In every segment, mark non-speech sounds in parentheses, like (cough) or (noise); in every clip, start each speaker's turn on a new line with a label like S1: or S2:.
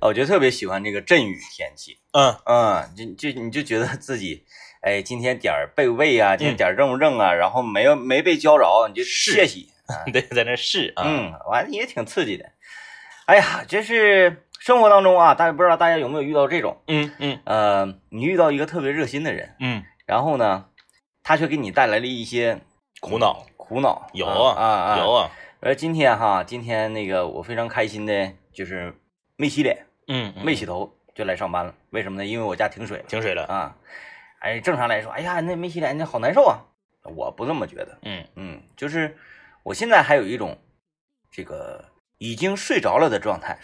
S1: 我就特别喜欢这个阵雨天气，
S2: 嗯 (laughs)
S1: 嗯，就就你就觉得自己，哎，今天点儿背不背啊？今
S2: 嗯
S1: 天点儿正不正啊？然后没有没被浇着，你就是窃喜，
S2: 对，在那试啊，
S1: 嗯，完了也挺刺激的。哎呀，这是生活当中啊，大家不知道大家有没有遇到这种，
S2: 嗯嗯
S1: 呃，你遇到一个特别热心的人，
S2: 嗯，
S1: 然后呢，他却给你带来了一些
S2: 苦恼
S1: 苦恼，
S2: 有
S1: 啊啊啊！
S2: 有啊，
S1: 而今天哈，今天那个我非常开心的，就是没洗脸、
S2: 嗯，嗯
S1: 没洗头就来上班了。为什么呢？因为我家停水了
S2: 停水了，
S1: 啊。哎，正常来说，哎呀，那没洗脸那好难受啊。我不这么觉得，
S2: 嗯
S1: 嗯，就是我现在还有一种这个已经睡着了的状态，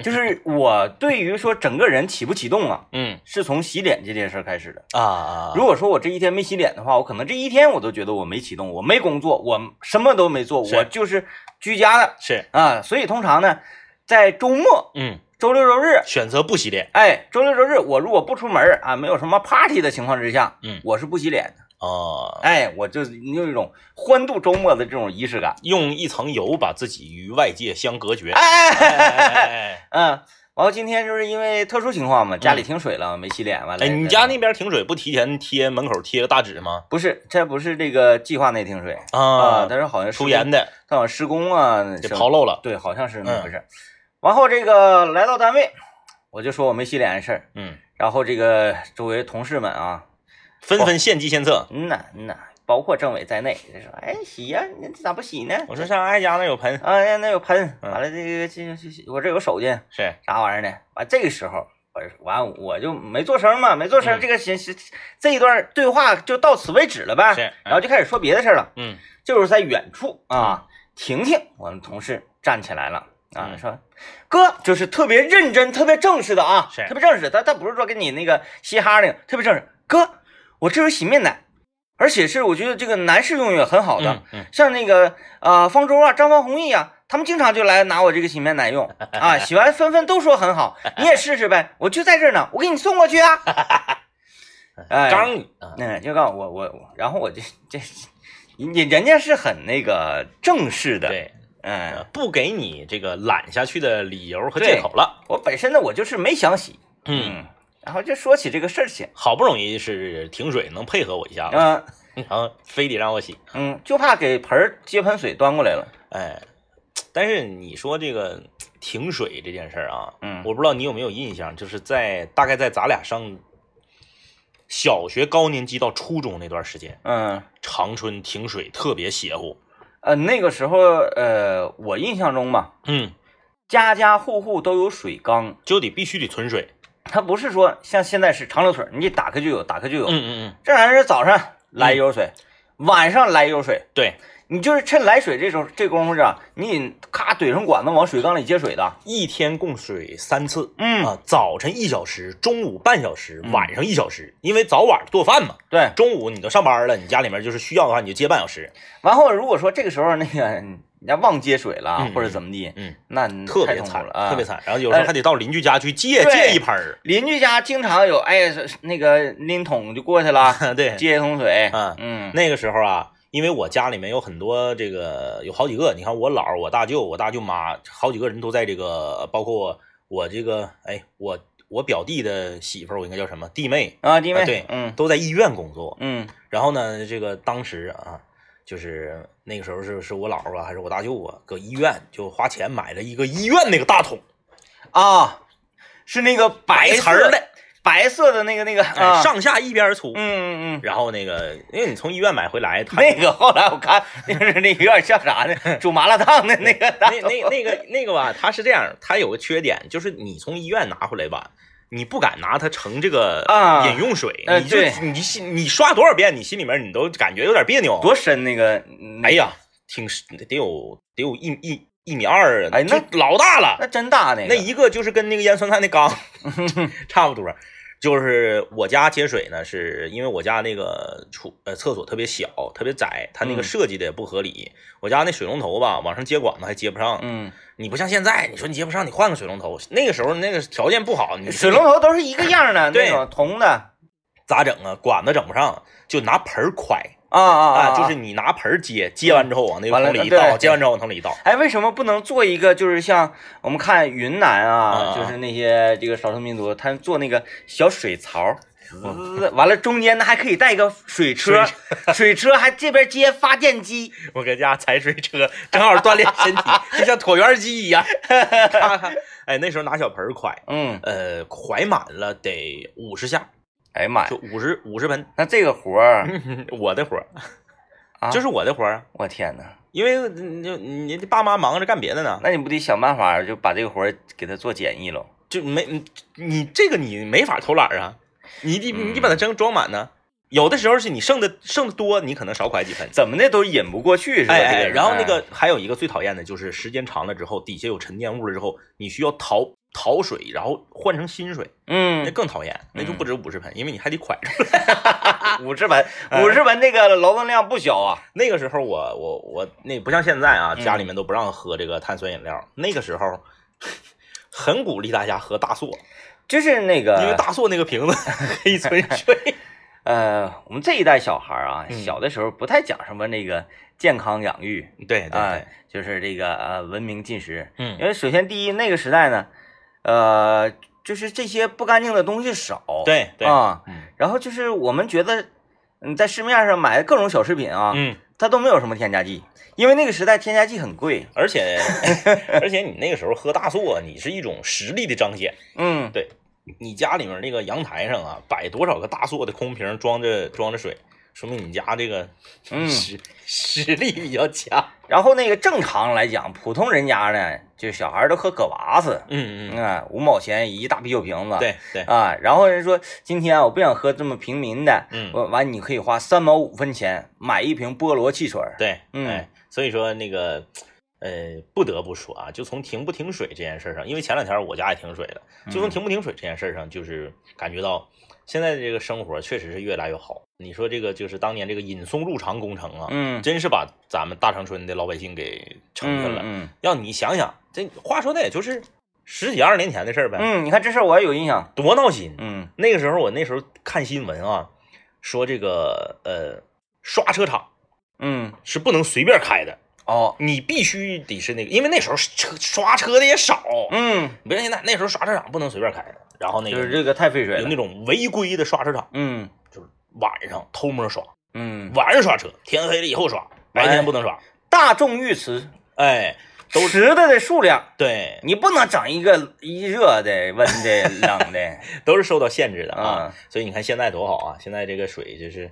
S1: 就是我对于说整个人起不启动啊，
S2: 嗯
S1: 是从洗脸这件事儿开始的。
S2: 啊啊，
S1: 如果说我这一天没洗脸的话，我可能这一天我都觉得我没启动，我没工作，我什么都没做，
S2: 是
S1: 我就是居家的
S2: 是，
S1: 啊。所以通常呢，在周末、
S2: 嗯，
S1: 周六周日，
S2: 选择不洗脸，
S1: 哎，周六周日我如果不出门儿啊，没有什么 party 的情况之下，
S2: 嗯
S1: 我是不洗脸的。
S2: 哦，
S1: 哎，我就是有一种欢度周末的这种仪式感。
S2: 用一层油把自己与外界相隔绝，
S1: 哎，
S2: 哎哎哎
S1: 嗯，完了今天就是因为特殊情况嘛，家里停水了，没洗脸，完了。
S2: 嗯哎，你家那边停水不提前贴门口贴个大纸吗？
S1: 不是，这不是这个计划内停水
S2: 啊
S1: 啊，，但是好像施
S2: 出
S1: 工
S2: 盐，的
S1: 他好像施工啊，
S2: 给
S1: 什么
S2: 刨漏了，
S1: 对，好像是那么
S2: 嗯
S1: 回事儿。然后这个来到单位，我就说我没洗脸的事儿，
S2: 嗯，
S1: 然后这个周围同事们啊，
S2: 纷纷献计献策。
S1: 嗯呐嗯呐，包括政委在内，就说哎洗呀、你咋不洗呢？
S2: 我说上艾家那有盆，
S1: 啊，那那有喷，
S2: 嗯
S1: 完了这个这个这个我这有手巾，
S2: 是，
S1: 啥玩意儿呢？完这个时候。我完我就没做声嘛，没做声，
S2: 嗯
S1: 这个行行，这一段对话就到此为止了呗。
S2: 是嗯
S1: 然后就开始说别的事儿了。
S2: 嗯
S1: 这时候在远处啊，婷婷，我们同事站起来了啊，
S2: 嗯
S1: 说：“哥，就是特别认真、特别正式的啊，
S2: 是
S1: 特别正式。他他不是说跟你那个嘻哈那个，特别正式。哥，我这是洗面奶，而且是我觉得这个男士用也很好的，
S2: 嗯嗯，
S1: 像那个呃方舟啊、张方弘毅啊，他们经常就来拿我这个洗面奶
S2: (laughs)
S1: 用啊，洗完纷纷都说很好，你也试试呗，我就在这儿呢，我给你送过去
S2: (laughs)
S1: 啊。哎，
S2: 刚你啊，
S1: 嗯，就告诉我我我，然后我这这，人人家是很那个正式的，
S2: 对，呃
S1: 嗯，
S2: 不给你这个懒下去的理由和借口了。
S1: 我本身呢我就是没想洗，
S2: 嗯，，
S1: 然后就说起这个事情，
S2: 好不容易是停水能配合我一下了，
S1: 嗯
S2: 然后非得让我洗，
S1: 嗯，就怕给盆儿接盆水端过来了，
S2: 哎，但是你说这个停水这件事儿啊，
S1: 嗯，
S2: 我不知道你有没有印象，就是在大概在咱俩上小学高年级到初中那段时间，
S1: 嗯
S2: 长春停水特别邪乎。
S1: 呃那个时候呃我印象中吧，
S2: 嗯，
S1: 家家户户都有水缸，
S2: 就得必须得存水。
S1: 它不是说像现在是长流水，你一打开就有，打开就有，
S2: 嗯嗯嗯，
S1: 这玩意儿是早上来一悠水，晚上来一悠水。
S2: 对，
S1: 你就是趁来水这时候这功夫啊，你得咔怼上管子往水缸里接水的。
S2: 一天供水三次。
S1: 嗯，
S2: 啊，早晨一小时，中午半小时，
S1: 嗯
S2: 晚上一小时，因为早晚做饭嘛。
S1: 对。
S2: 中午你都上班了，你家里面就是需要的话，你就接半小时。
S1: 然后如果说这个时候那个人家忘接水了、
S2: 嗯
S1: 或者怎么地，
S2: 嗯，
S1: 那
S2: 特
S1: 太
S2: 别
S1: 痛苦
S2: 惨，
S1: 了啊，
S2: 特别。惨。然后有时候还得到邻居家去借
S1: 对
S2: 借一盆儿。
S1: 邻居家经常有，哎呀，是那个拎桶就过去了，
S2: (laughs) 对，
S1: 接一桶水。
S2: 嗯
S1: 嗯
S2: 那个时候啊，因为我家里面有很多这个有好几个，你看我姥儿、我大舅、我大舅妈，好几个人都在这个，包括我我这个哎，我我表弟的媳妇儿，我应该叫什么弟妹，
S1: 啊，弟妹，
S2: 啊对
S1: 嗯
S2: 都在医院工作。
S1: 嗯
S2: 然后呢，这个当时啊，就是那个时候是是我姥儿啊，还是我大舅啊，搁医院就花钱买了一个医院那个大桶，
S1: 啊，是那个白
S2: 白瓷儿的
S1: 色白色的那个那个啊，
S2: 哎，上下一边儿粗。
S1: 嗯嗯嗯，
S2: 然后那个，因为你从医院买回来，它
S1: 那个后来我看就是那有点像啥
S2: (laughs)
S1: 呢，煮麻辣烫的那个大
S2: 那那那个那个吧，它是这样，它有个缺点，就是你从医院拿回来吧，你不敢拿它盛这个
S1: 啊
S2: 饮用水，
S1: 呃
S2: 你就
S1: 对
S2: 你心你刷多少遍，你心里面你都感觉有点别扭。
S1: 多深那个？嗯
S2: 哎，呀，挺深得有得有一一一米二，啊
S1: 哎那
S2: 就老大了，
S1: 那真大那个。
S2: 那一个就是跟那个腌酸菜
S1: (laughs)
S2: 那缸差不多。就是我家接水呢，是因为我家那个厨呃厕所特别小，特别窄，它那个
S1: 嗯
S2: 设计的也不合理。我家那水龙头吧，往上接管子还接不上，
S1: 嗯，
S2: 你不像现在，你说你接不上，你换个水龙头。那个时候那个条件不好，你
S1: 水龙头都是一个样的，
S2: 对
S1: 那种铜的。
S2: 啊咋整啊？管子整不上，就拿盆儿蒯，
S1: 啊啊
S2: 啊，就是你拿盆儿接，接完之后往那个桶里
S1: 完了
S2: 一倒，
S1: 对
S2: 接完之后往桶里一倒。
S1: 哎，为什么不能做一个就是像我们看云南啊，
S2: 啊
S1: 就是那些这个少数民族，他做那个小水槽，滋完了中间呢还可以带一个水车，水车还这边接发电机，
S2: 我搁家踩水车，正好锻炼身体，就像椭圆机一样。 (laughs) 咔咔哎，那时候拿小盆儿蒯，
S1: 嗯，
S2: 呃，蒯满了得五十下，
S1: 哎呀妈呀
S2: 就，五十五
S1: (laughs)
S2: 十盆。
S1: 那这个活儿，
S2: 我的活儿，
S1: 啊
S2: 就是我的活儿啊，
S1: 我天哪，
S2: 因为你就你你爸妈忙着干别的呢，
S1: 那你不得想办法就把这个活儿给它做简易喽？
S2: 就没你你这个你没法偷懒儿啊，你得
S1: 嗯
S2: 你得把它装装满呢。有的时候是你剩的剩的多，你可能少蒯几盆。
S1: 怎么的都引不过去是吧？
S2: 哎
S1: 这个
S2: 哎，
S1: 人嗯
S2: 然后那个还有一个最讨厌的就是时间长了之后，底下有沉淀物了之后，你需要淘淘水，然后换成新水，那
S1: 嗯，
S2: 更讨厌，那就不止五十盆，因为你还得蒯着。
S1: 五十文，
S2: 哎
S1: 五十文那个劳动量不小啊。
S2: 那个时候我我我那不像现在啊，
S1: 嗯
S2: 家里面都不让喝这个碳酸饮料，那个时候很鼓励大家喝大塑，
S1: 就是那个，
S2: 因为大塑那个瓶子可以存水。
S1: 呃，我们这一代小孩儿啊，
S2: 嗯
S1: 小的时候不太讲什么那个健康养育
S2: 对 (laughs) 对
S1: 啊、
S2: 对，
S1: 就是这个呃文明进食。因
S2: 哎嗯，
S1: 为首先第一，那个时代呢，呃，就是这些不干净的东西少，
S2: 对对，
S1: 啊，
S2: 嗯
S1: 然后就是我们觉得嗯在市面上买的各种小食品啊，
S2: 嗯，
S1: 它都没有什么添加剂，因为那个时代添加剂很贵。
S2: 而且 (laughs) 而且你那个时候喝大塑，你是一种实力的彰显。
S1: 嗯，
S2: 对你家里面那个阳台上啊，摆多少个大塑的空瓶装着装着水，说明你家这个
S1: 嗯
S2: 实 (laughs) 实力比较强。
S1: 然后那个正常来讲，普通人家呢，就小孩儿都喝葛娃子，
S2: 嗯嗯，
S1: 啊，五毛钱一大啤酒瓶子。
S2: 对对，
S1: 啊，然后人说今天啊我不想喝这么平民的，
S2: 嗯
S1: 我完你可以花三毛五分钱买一瓶菠萝汽水儿，
S2: 对，
S1: 嗯
S2: 哎，所以说那个，呃，不得不说啊，就从停不停水这件事儿上，因为前两天我家也停水了，就从
S1: 嗯
S2: 停不停水这件事儿上，就是感觉到现在的这个生活确实是越来越好。你说这个就是当年这个引松入常工程啊，
S1: 嗯，
S2: 真是把咱们大长春的老百姓给撑下
S1: 嗯
S2: 了。
S1: 嗯
S2: 要你想想，这话说的也就是十几二十年前的事儿呗，
S1: 嗯，你看这事儿我也有印象，
S2: 多闹心。
S1: 嗯
S2: 那个时候我那时候看新闻啊，说这个呃刷车场
S1: 嗯，
S2: 是不能随便开的。
S1: 哦，
S2: 你必须得是那个，因为那时候车刷车的也少，
S1: 嗯，
S2: 你不像现在，那时候刷车场不能随便开，然后那
S1: 就是
S2: 个
S1: 这个太费水
S2: 哎有那
S1: 了，
S2: 种违规的刷车场，
S1: 嗯
S2: 就是晚上偷摸刷，
S1: 嗯，哎
S2: 晚上刷车，天黑了以后刷，白天不能刷，
S1: 大众浴池
S2: 哎，都
S1: 池子的数量，
S2: 对，
S1: 你不能整一个一热的、温的、冷
S2: (laughs)
S1: 的
S2: 都是受到限制的啊
S1: 啊，，
S2: 所以你看现在多好啊，现在这个水就是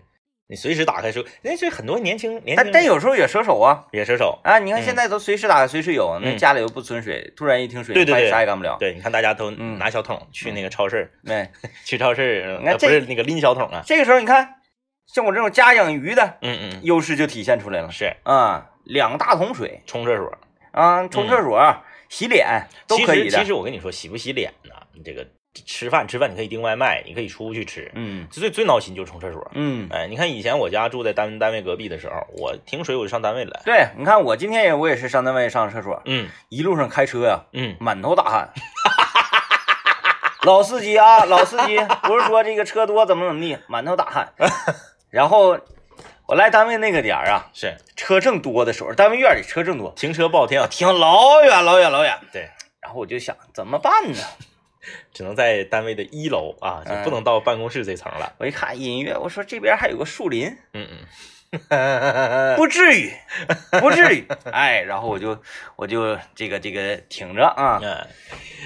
S2: 你随时打开水，那这很多年轻年
S1: 但哎
S2: 轻
S1: 但
S2: 人
S1: 有时候也舍手啊。
S2: 也是手，
S1: 啊，你看
S2: 嗯
S1: 现在都随时打，随时有，那
S2: 嗯
S1: 家里又不存水，突然一停水，
S2: 对对
S1: 发现
S2: 对
S1: 啥也干不了。哎
S2: 对，你看大家都
S1: 啊嗯
S2: 拿小桶去那个超市，
S1: 对，
S2: 去超市，
S1: 那
S2: 呃不
S1: 这
S2: 是那个拎小桶啊，
S1: 这个时候你看，像我这种家养鱼的，
S2: 嗯嗯
S1: 优势就体现出来了
S2: 嗯，是
S1: 啊，两大桶水
S2: 冲厕所。
S1: 啊，冲厕所、洗脸都
S2: 嗯其
S1: 可
S2: 实
S1: 以的。
S2: 其实我跟你说，洗不洗脸呢？你这个吃饭吃饭，你可以订外卖，你可以出去吃。
S1: 嗯
S2: 最最闹心就是冲厕所。
S1: 嗯，
S2: 哎，你看以前我家住在单单位隔壁的时候，我停水我就上单位来。
S1: 对，你看我今天也我也是上单位上厕所，
S2: 嗯
S1: 一路上开车呀、
S2: 嗯，
S1: 满头大
S2: (laughs)
S1: 汗。老司机啊，老司机，不是说这个车多怎么怎么地，满头大
S2: (laughs)
S1: 汗。然后我来单位那个点儿啊，
S2: 是
S1: 车正多的时候，单位院里车正多，
S2: 停车不好停，
S1: 停老远老远老远。
S2: 对，
S1: 然后我就想怎么办呢？
S2: 只能在单位的一楼啊，就不能到办公室这层了。
S1: 我一看隐约，我说这边还有个树林，呃
S2: 嗯嗯，
S1: 不至于，不至
S2: (laughs)
S1: 于。哎，然后我就我就这个这个挺着啊，
S2: 嗯，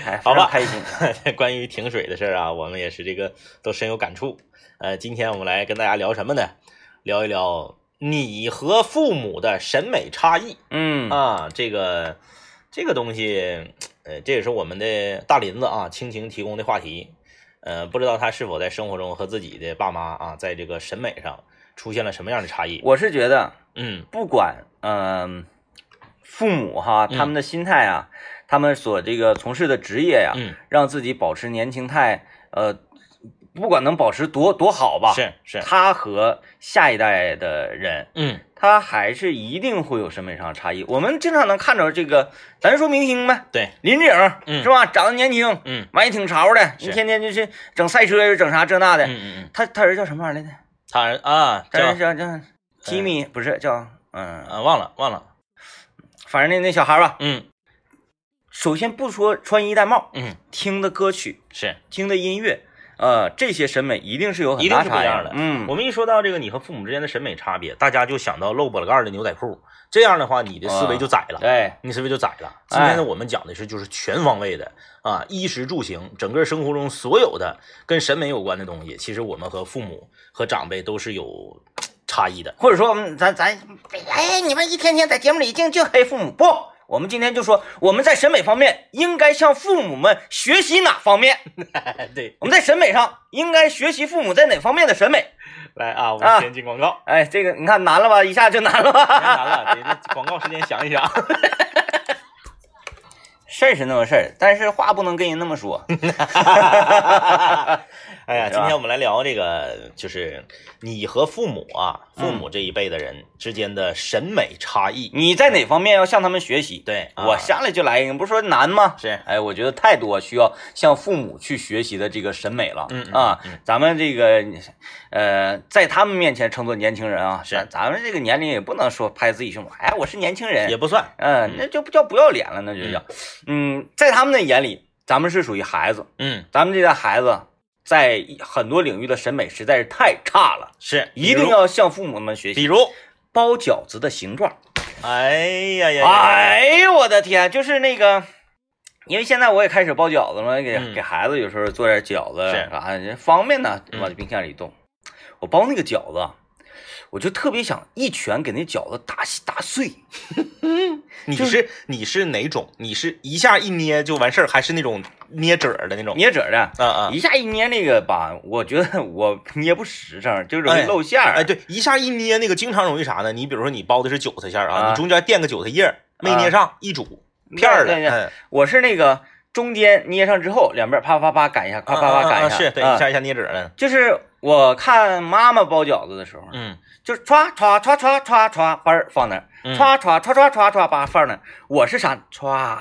S1: 哎，非
S2: 好吧
S1: 常开心。
S2: 关于停水的事儿啊，我们也是这个都深有感触。呃，今天我们来跟大家聊什么呢？聊一聊你和父母的审美差异。
S1: 嗯
S2: 啊，这个这个东西，呃，这也是我们的大林子啊，亲情提供的话题。呃，不知道他是否在生活中和自己的爸妈啊，在这个审美上出现了什么样的差异？
S1: 我是觉得
S2: 嗯
S1: 不管嗯、父母哈
S2: 嗯
S1: 他们的心态啊，他们所这个从事的职业呀、
S2: 嗯，
S1: 让自己保持年轻态，呃，不管能保持多多好吧，
S2: 是是，
S1: 他和下一代的人。
S2: 嗯
S1: 他还是一定会有审美上的差异。我们经常能看着这个，咱说明星呗，
S2: 对，
S1: 林志颖，
S2: 嗯
S1: 是吧？长得年轻，
S2: 嗯
S1: 完也挺潮的，
S2: 是
S1: 你天天就是整赛车又整啥这那
S2: 嗯
S1: 的。
S2: 嗯嗯，
S1: 他他儿子叫什么玩意儿来着？
S2: 他啊
S1: 他儿
S2: 叫
S1: 子叫叫吉米不是叫嗯，
S2: 啊，忘了忘了，
S1: 反正那那小孩吧，
S2: 嗯
S1: 首先不说穿衣戴帽，
S2: 嗯，
S1: 听的歌曲、
S2: 是
S1: 听的音乐，呃，这些审美一定是有很
S2: 一定
S1: 大
S2: 是不
S1: 差
S2: 一
S1: 异
S2: 样的。
S1: 嗯，
S2: 我们一说到这个你和父母之间的审美差别，大家就想到露脖子盖儿的牛仔裤，这样的话你的思维就窄了。
S1: 对，
S2: 你思维就窄了。今
S1: 哎
S2: 天呢，我们讲的是就是全方位的啊，衣食住行，整个生活中所有的跟审美有关的东西，其实我们和父母和长辈都是有差异的。
S1: 或者说嗯咱咱哎，你们一天天在节目里净净黑父母，不，我们今天就说我们在审美方面应该向父母们学习哪方面？
S2: 哎对，
S1: 我们在审美上应该学习父母在哪方面的审美？
S2: 来啊，我
S1: 啊
S2: 们先进广告。 (laughs)
S1: 哎，这个你看难了吧，一下就难了
S2: 太
S1: 吧。
S2: 难了，得那广告时间想一想。
S1: 事儿是那么事儿，但是话不能跟人那么说。
S2: 嗯 (laughs) 哎呀，
S1: 是
S2: 今
S1: 吧
S2: 天我们来聊这个，就是你和父母啊，父母这一辈的人之间的审美差异。
S1: 你在哪方面要向他们学习？
S2: 嗯对，啊
S1: 我下来就来一个，不是说难吗？
S2: 是
S1: 哎，我觉得太多需要向父母去学习的这个审美了。
S2: 嗯嗯
S1: 啊
S2: 嗯，
S1: 咱们这个，呃，在他们面前称作年轻人啊，
S2: 是
S1: 咱咱们这个年龄也不能说拍自己胸脯，哎，我是年轻
S2: 也
S1: 人，
S2: 不算，
S1: 嗯、那就不叫不要脸了，那就叫，嗯，在他们的眼里，咱们是属于孩子，
S2: 嗯，
S1: 咱们这代孩子在很多领域的审美实在是太差了，
S2: 是
S1: 一定，要向父母们学
S2: 比
S1: 习。
S2: 如，
S1: 包饺子的形状，
S2: 哎呀呀，呀，
S1: 哎呦我的天，就是那个，因为现在我也开始包饺子了，给、
S2: 嗯
S1: 给孩子有时候做点饺子
S2: 是
S1: 啥的，方便呢，
S2: 嗯
S1: 往冰箱里冻。我包那个饺子，我就特别想一拳给那饺子打打碎。
S2: 你
S1: 就是
S2: 你是哪种？你是一下一捏就完事儿，还是那种捏褶儿的那种？
S1: 捏褶的，
S2: 啊啊，
S1: 一下一捏那个吧，我觉得我 (laughs) 捏不实诚，就容易
S2: 哎
S1: 露馅儿。
S2: 哎，对，一下一捏那个经常容易啥呢？你比如说你包的是韭菜馅儿
S1: 啊
S2: 啊，你中啊间垫个韭菜叶儿没捏上，一煮片儿了，
S1: 对对对
S2: 嗯
S1: 我是那个中间捏上之后，两边啪啪啪擀一下，啪啪
S2: 啊啊
S1: 啪
S2: 啊
S1: 擀一下，
S2: 是对，
S1: 啊
S2: 一下一下捏褶儿了，
S1: 就是我看妈妈包饺子的时候，
S2: 嗯。
S1: 就是歘歘歘歘歘歘，把儿放那儿，
S2: 嗯
S1: 歘歘歘歘歘歘，把儿放那儿。我是啥？歘，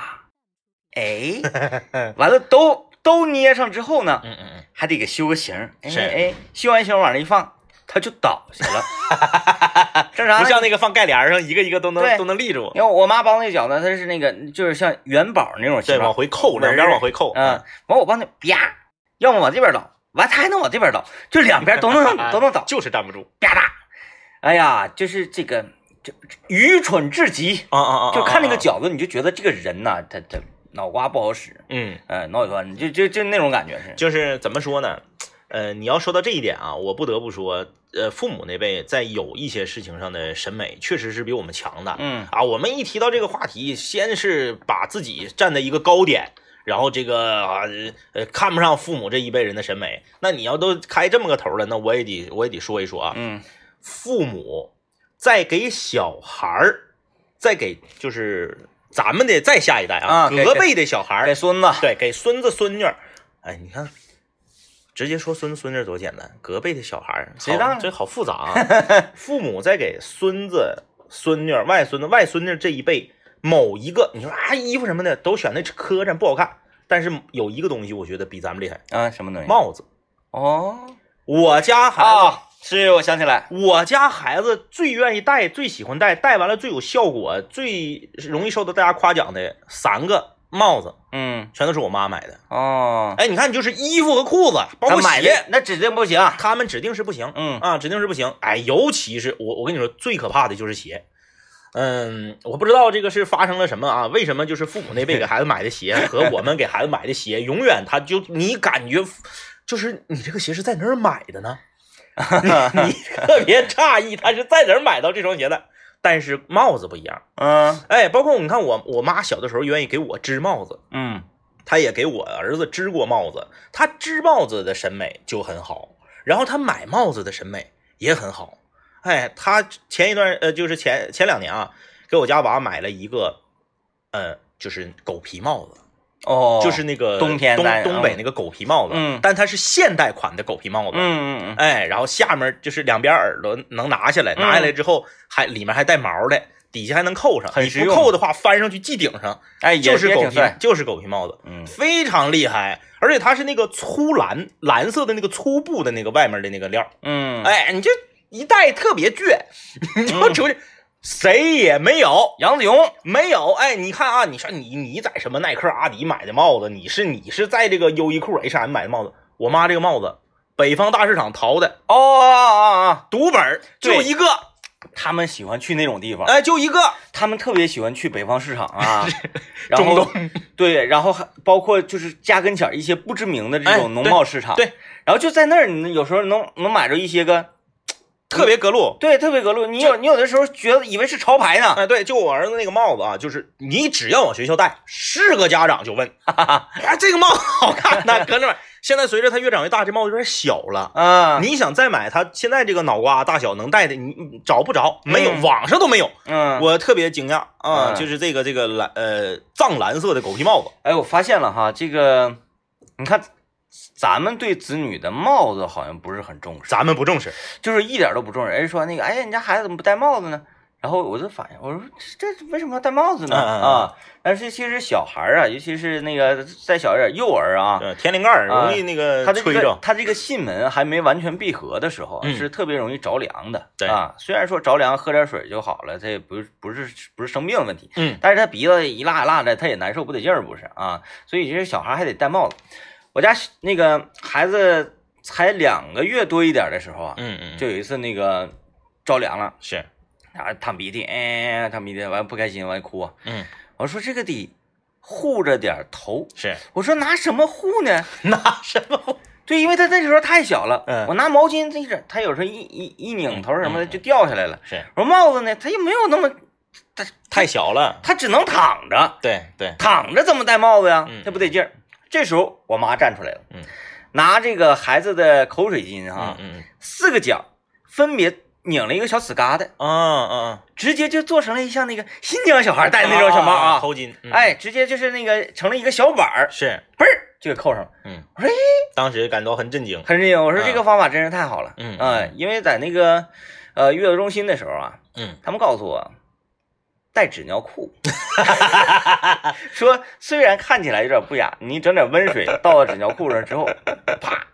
S1: 哎，完了都都捏上之后呢，
S2: 嗯嗯
S1: 还得给修个形儿，哎
S2: 是
S1: 哎，修完形儿往那一放，它就倒下了，正常
S2: 嗯，
S1: 呢。
S2: 不像那个放盖帘儿上，一个一个都
S1: 对
S2: 能都能立住，
S1: 因为我妈包那饺子，它是那个就是像元宝那种形
S2: 对，往
S1: 状，
S2: 回扣，两边往回扣，
S1: 嗯，完我帮它啪，要么往这边倒，完它还能往这边倒，就两边
S2: (laughs)
S1: 都能都能倒，
S2: 就是站不住，
S1: 啪嗒，哎呀，就是这个这这愚蠢至极。
S2: 啊啊啊
S1: 就看那个
S2: 脚，
S1: 饺子，你就觉得这个人呐、他他脑瓜不好使，
S2: 嗯，
S1: 呃，脑血栓，就就就那种感觉是。
S2: 就是怎么说呢？呃，你要说到这一点啊，我不得不说，呃，父母那辈在有一些事情上的审美确实是比我们强的，
S1: 嗯
S2: 啊，我们一提到这个话题，先是把自己站在一个高点，然后这个啊呃看不上父母这一辈人的审美。那你要都开这么个头了，那我也得我也得说一说啊，
S1: 嗯，
S2: 父母在给小孩儿，在给就是咱们的再下一代啊，
S1: 啊给
S2: 隔辈的小孩
S1: 给
S2: 儿，
S1: 孙子，
S2: 对，给孙子孙女儿，哎，你看。直接说孙子孙女儿多简单，隔辈的小孩儿，
S1: 谁当
S2: 好
S1: 然
S2: 这好复杂
S1: (laughs)
S2: 啊！父母在给孙子、孙女儿、外孙子、外孙女儿这一辈某一个，你说啊，衣服什么的都选那磕碜不好看，但是有一个东西我觉得比咱们厉害，
S1: 啊，什么东西？
S2: 帽子。
S1: 哦
S2: 我家孩子
S1: 啊，是我想起来，
S2: 我家孩子最愿意戴、最喜欢戴、戴完了最有效果、最容易受到大家夸奖的三个帽子，
S1: 嗯，
S2: 全都是我妈买的。
S1: 哦，
S2: 哎，你看，就是衣服和裤子，包
S1: 他
S2: 括
S1: 买
S2: 鞋
S1: 的，那指定不行。啊
S2: 他们指定是不行。 (laughs)
S1: 嗯
S2: 啊，指定是不行。哎，尤其是我，我跟你说，最可怕的就是鞋。嗯，我不知道这个是发生了什么啊？为什么就是父母那辈给孩子买的鞋和我们给孩子买的鞋，永远他就你感觉就是你这个鞋是在哪儿买的呢？
S1: (laughs) 嗯
S2: 你你特别诧异他是在哪儿买到这双鞋的，但是帽子不一样。
S1: 嗯
S2: 哎，包括你看我我妈小的时候愿意给我织帽子，
S1: 嗯，
S2: 他也给我儿子织过帽子，他织帽子的审美就很好，然后他买帽子的审美也很好。哎，他前一段呃，就是前前两年啊，给我家娃买了一个，呃，就是狗皮帽子，
S1: 哦，
S2: 就是那个
S1: 冬天
S2: 东
S1: 戴的
S2: 东北那个狗皮帽子，
S1: 嗯
S2: 但它是现代款的狗皮帽子，
S1: 嗯嗯嗯，
S2: 哎，然后下面就是两边耳朵能拿下来，
S1: 嗯
S2: 拿下来之后还里面还带毛的，底下还能扣上，
S1: 很
S2: 你
S1: 实
S2: 不
S1: 用
S2: 扣的话翻上去系顶上，
S1: 哎，也
S2: 就是
S1: 也
S2: 狗
S1: 挺
S2: 皮
S1: 帅，
S2: 就是狗皮帽子，
S1: 嗯
S2: 非常厉害，而且它是那个粗蓝蓝色的那个粗布的那个外面的那个料儿，
S1: 嗯，
S2: 哎，你这一带特别倔，你就出去、谁也没有，
S1: 杨子荣，
S2: 没有，哎，你看啊，你说你你在什么耐克、阿迪买的帽子？你是你是在这个优衣库、H&M 买的帽子？我妈这个帽子，北方大市场淘的，
S1: 哦哦哦哦，
S2: 独本儿
S1: 对啊
S2: 就一个，
S1: 他们喜欢去那种地方，
S2: 哎，就一个，
S1: 他们特别喜欢去北方市场
S2: (laughs)
S1: 啊，然
S2: 中
S1: 后 (laughs)
S2: 东，
S1: 对，然后还包括就是家跟前儿一些不知名的这
S2: 哎
S1: 种农贸市场，
S2: 对对
S1: 然后就在那儿，你有时候能能买着一些个，
S2: 特别隔路。
S1: 对，特别格路，你有你有的时候觉得以为是潮牌呢，
S2: 哎，对，就我儿子那个帽子啊，就是你只要往学校戴，是个家长就问，哎，这个帽子好看呐，搁那玩意儿现在随着他越长越大，这帽子有点小了。
S1: 啊，
S2: 你想再买它，现在这个脑瓜大小能戴的，你你找不着，没有，
S1: 嗯
S2: 网上都没有。
S1: 嗯，
S2: 我特别惊讶啊，
S1: 嗯
S2: 就是这个这个蓝呃藏蓝色的狗皮帽子，
S1: 哎，我发现了哈，这个你看，咱们对子女的帽子好像不是很重视，
S2: 咱们不重视，
S1: 就是一点都不重视。人家说那个，哎呀，你家孩子怎么不戴帽子呢？然后我就反应，我说这这为什么要戴帽子呢？
S2: 嗯嗯嗯
S1: 啊，但是其实小孩儿啊，尤其是那个再小一点幼儿啊，
S2: 呃，天灵盖儿容易那个
S1: 他的这
S2: 吹
S1: 个
S2: 着，
S1: 他这个囟门还没完全闭合的时候啊，
S2: 嗯
S1: 是特别容易着凉的。
S2: 对
S1: 啊，虽然说着凉喝点水就好了，他也不是不是不是生病问题，
S2: 嗯，
S1: 但是他鼻子一辣一辣的，他也难受不得劲儿，不是啊？所以这小孩还得戴帽子。我家那个孩子才两个月多一点的时候啊，
S2: 嗯嗯，
S1: 就有一次那个着凉了，
S2: 是，
S1: 啊，淌鼻涕，哎，淌鼻涕，完不开心，完哭啊。
S2: 嗯
S1: 我说这个得护着点头，
S2: 是， (laughs)
S1: 我说拿什么护呢？
S2: 拿什么？
S1: 对，因为他那时候太小了，
S2: 嗯
S1: 我拿毛巾这一整，他有时候一一一拧头什么的就掉下来了。
S2: 是
S1: 我说帽子呢，他又没有那么，他
S2: 太小了，
S1: 他只能躺着，
S2: 对对，
S1: 躺着怎么戴帽子呀
S2: 嗯？
S1: 他不得劲儿。这时候我妈站出来了，
S2: 嗯
S1: 拿这个孩子的口水巾哈
S2: 嗯，嗯
S1: 四个角分别拧了一个小死疙瘩，
S2: 嗯啊啊，
S1: 直接就做成了一像那个新疆小孩戴的那种小帽啊，
S2: 头巾，嗯，
S1: 哎，直接就是那个成了一个小板儿，
S2: 是，
S1: 嘣儿就给扣上了。
S2: 嗯，
S1: 我说哎
S2: 当时感到很震惊，
S1: 很震惊，我说
S2: 嗯
S1: 这个方法真是太好了，
S2: 嗯
S1: 呃因为在那个呃月子中心的时候啊，
S2: 嗯，
S1: 他们告诉我带纸尿裤，说虽然看起来有点不雅，你整点温水倒到纸尿裤上之后，啪，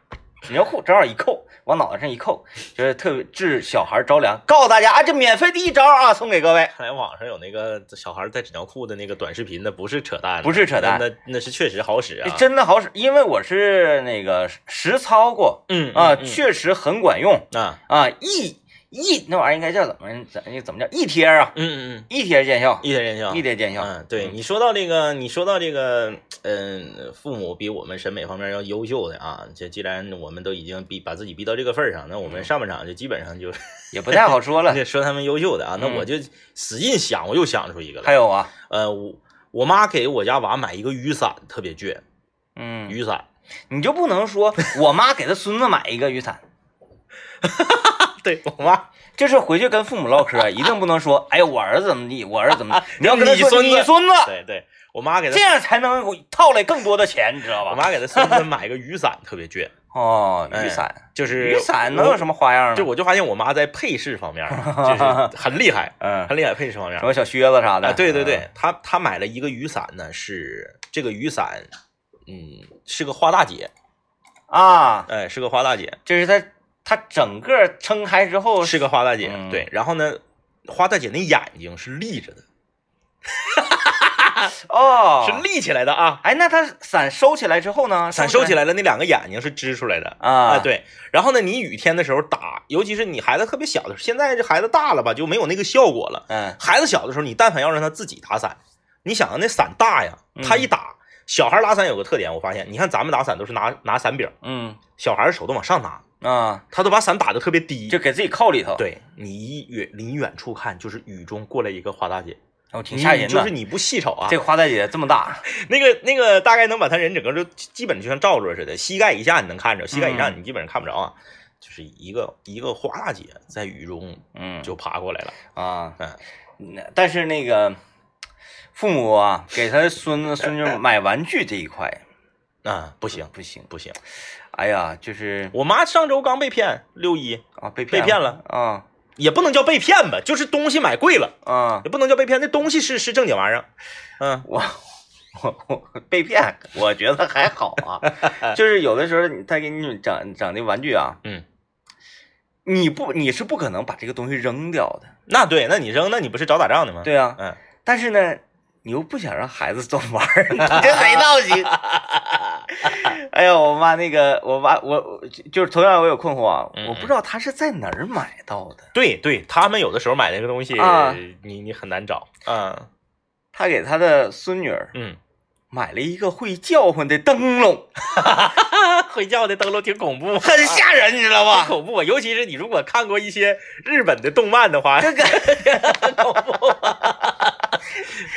S1: 纸尿裤正好一扣，往脑袋上一扣，就是特别治小孩着凉。告诉大家啊，这免费的一招啊，送给各位。
S2: 看来网上有那个小孩戴纸尿裤的那个短视频，那不是扯淡，
S1: 不是扯淡
S2: 那那那是确实好使啊，
S1: 真的好使，因为我是那个实操过
S2: 嗯
S1: 啊，
S2: 嗯
S1: 确实很管用
S2: 嗯啊，
S1: 啊。一一那玩意儿应该叫怎么怎怎么叫一贴啊？
S2: 嗯嗯嗯，
S1: 一贴见效，
S2: 一点印象，
S1: 一贴见效。
S2: 嗯，对你说到这个，你说到这个，嗯，父母比我们审美方面要优秀的啊，这既然我们都已经逼把自己逼到这个份儿上，那我们上半场就基本上就
S1: 也不太好说
S2: (laughs)
S1: 了。
S2: 说他们优秀的啊，那
S1: 嗯
S2: 我就使劲想，我又想出一个
S1: 还
S2: 来，
S1: 有啊，
S2: 呃，我我妈给我家娃买一个雨伞，特别倔，
S1: 嗯，
S2: 雨伞，
S1: 你就不能
S2: (laughs)
S1: 说我妈给她孙子买一个雨伞，
S2: 对我妈，
S1: 就是回去跟父母唠
S2: (laughs)
S1: 嗑，一定不能说，哎呀，我儿子怎么地，我儿子怎么地，你要跟他
S2: 你
S1: 说
S2: 孙子
S1: 你孙子，
S2: 对对，我妈给她
S1: 这，样才能套来更多的钱，你知道
S2: 我
S1: 吧？
S2: 妈给她孙子买个雨伞，特别倔，
S1: 哦，
S2: 哎
S1: 雨伞，
S2: 就是
S1: 雨伞能有什
S2: 么？
S1: 么花样呢？，
S2: 就我就发现我妈在配饰方面就是很厉害
S1: 嗯，
S2: 很厉害配饰方面
S1: 什。么小靴子啥的，
S2: 啊，对对
S1: 嗯
S2: 对，他他买了一个雨伞呢，是这个雨伞，嗯，是个花大姐，
S1: 嗯啊，
S2: 哎，是个花大姐，
S1: 这是他他整个撑开之后
S2: 是个花大姐，
S1: 嗯
S2: 对。然后呢，花大姐那眼睛是立着的，
S1: 哦，
S2: 是立起来的啊。
S1: 哎，那他伞收起来之后呢？
S2: 伞收起来了，那两个眼睛是支出来的
S1: 啊
S2: 对。然后呢，你雨天的时候打，尤其是你孩子特别小的时候，现在这孩子大了吧，就没有那个效果了。
S1: 嗯，
S2: 孩子小的时候，你但凡要让他自己打伞，你想啊，那伞大呀，他一打，小孩打伞有个特点，我发现，你看咱们打伞都是拿拿伞柄，
S1: 嗯
S2: 小孩手都往上拿，
S1: 啊，
S2: 他都把伞打得特别低。
S1: 就给自己靠里头，，
S2: 对你一远离远处看，就是雨中过来一个花大姐，
S1: 哦，挺吓
S2: 你
S1: 人的。
S2: 就是你不细瞅啊，
S1: 这个花大姐这么
S2: (laughs)
S1: 大，
S2: 那个那个大概能把她人整个就基本就像罩着似的，膝盖以下你能看着，膝盖以上你基本上看不着啊。就是一个一个花大姐在雨中
S1: 嗯
S2: 就爬过来了，
S1: 啊，
S2: 嗯，
S1: 那但是那个父母啊，给他孙子孙女买玩具这一块
S2: 啊，不行
S1: 不行，
S2: 不行，
S1: 哎呀，就是
S2: 我妈上周刚被骗，六一
S1: 啊被
S2: 被骗了
S1: 啊
S2: 也不能叫被骗吧，就是东西买贵了，
S1: 啊，
S2: 也不能叫被骗，那东西是是正经玩意儿，嗯，
S1: 我我我被骗，我觉得还
S2: (laughs)
S1: 好啊，就是有的时候你他给你整整那玩具啊，
S2: 嗯，
S1: 你不你是不可能把这个东西扔掉的，
S2: 那对，那你扔，那你不是找打仗的吗？，
S1: 对啊。
S2: 嗯，
S1: 但是呢，你又不想让孩子总玩儿，
S2: (laughs)
S1: 你这贼闹心。哎呀，我妈那个，我妈我我就就是同样我有困惑啊，
S2: 嗯嗯嗯
S1: 我不知道她是在哪儿买到的。
S2: 对对，他们有的时候买那个东西，
S1: 啊
S2: 你你很难找，嗯
S1: 她给她的孙女儿
S2: (laughs) 嗯，
S1: 买了一个会叫唤的灯
S2: (laughs)
S1: 笼，
S2: 会叫的灯笼挺恐怖，
S1: 很吓人，你知道
S2: 挺
S1: 吧？
S2: 恐怖，啊尤其是你如果看过一些日本的动漫的话，
S1: 这个
S2: 恐怖，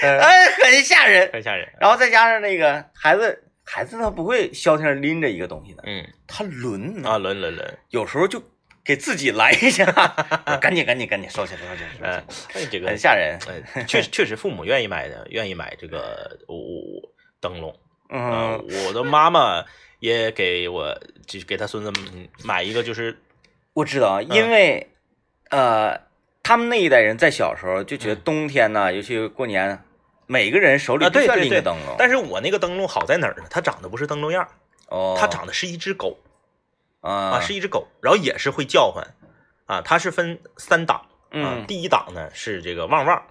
S2: 嗯
S1: 哎，很吓人。
S2: 很吓人。
S1: 然后再加上那个孩子，孩子他不会消停拎着一个东西的，
S2: 嗯
S1: 他抡呢，
S2: 啊，轮轮轮，
S1: 有时候就给自己来一下， (laughs) 赶紧赶紧赶紧收起来收起来收起
S2: 嗯
S1: 来，，
S2: 哎这个
S1: 很吓人。
S2: 呃，确实确实，父母愿意买的，愿意买这个我我我灯笼。呃
S1: 嗯，
S2: 我的妈妈也给我就给她孙子嗯买一个，就是
S1: 我知道啊，
S2: 嗯
S1: 因为呃，他们那一代人在小时候就觉得冬天呢，尤其过年，每个人手里
S2: 嗯啊
S1: 都
S2: 对
S1: 需要
S2: 对
S1: 拎个
S2: 对
S1: 灯笼，
S2: 但是我那个灯笼好在哪儿呢？它长得不是灯笼样儿，
S1: 哦，
S2: 它长得是一只狗啊，
S1: 啊
S2: 是一只狗，然后也是会叫唤啊，它是分三档啊
S1: 嗯，
S2: 第一档呢是这个旺旺，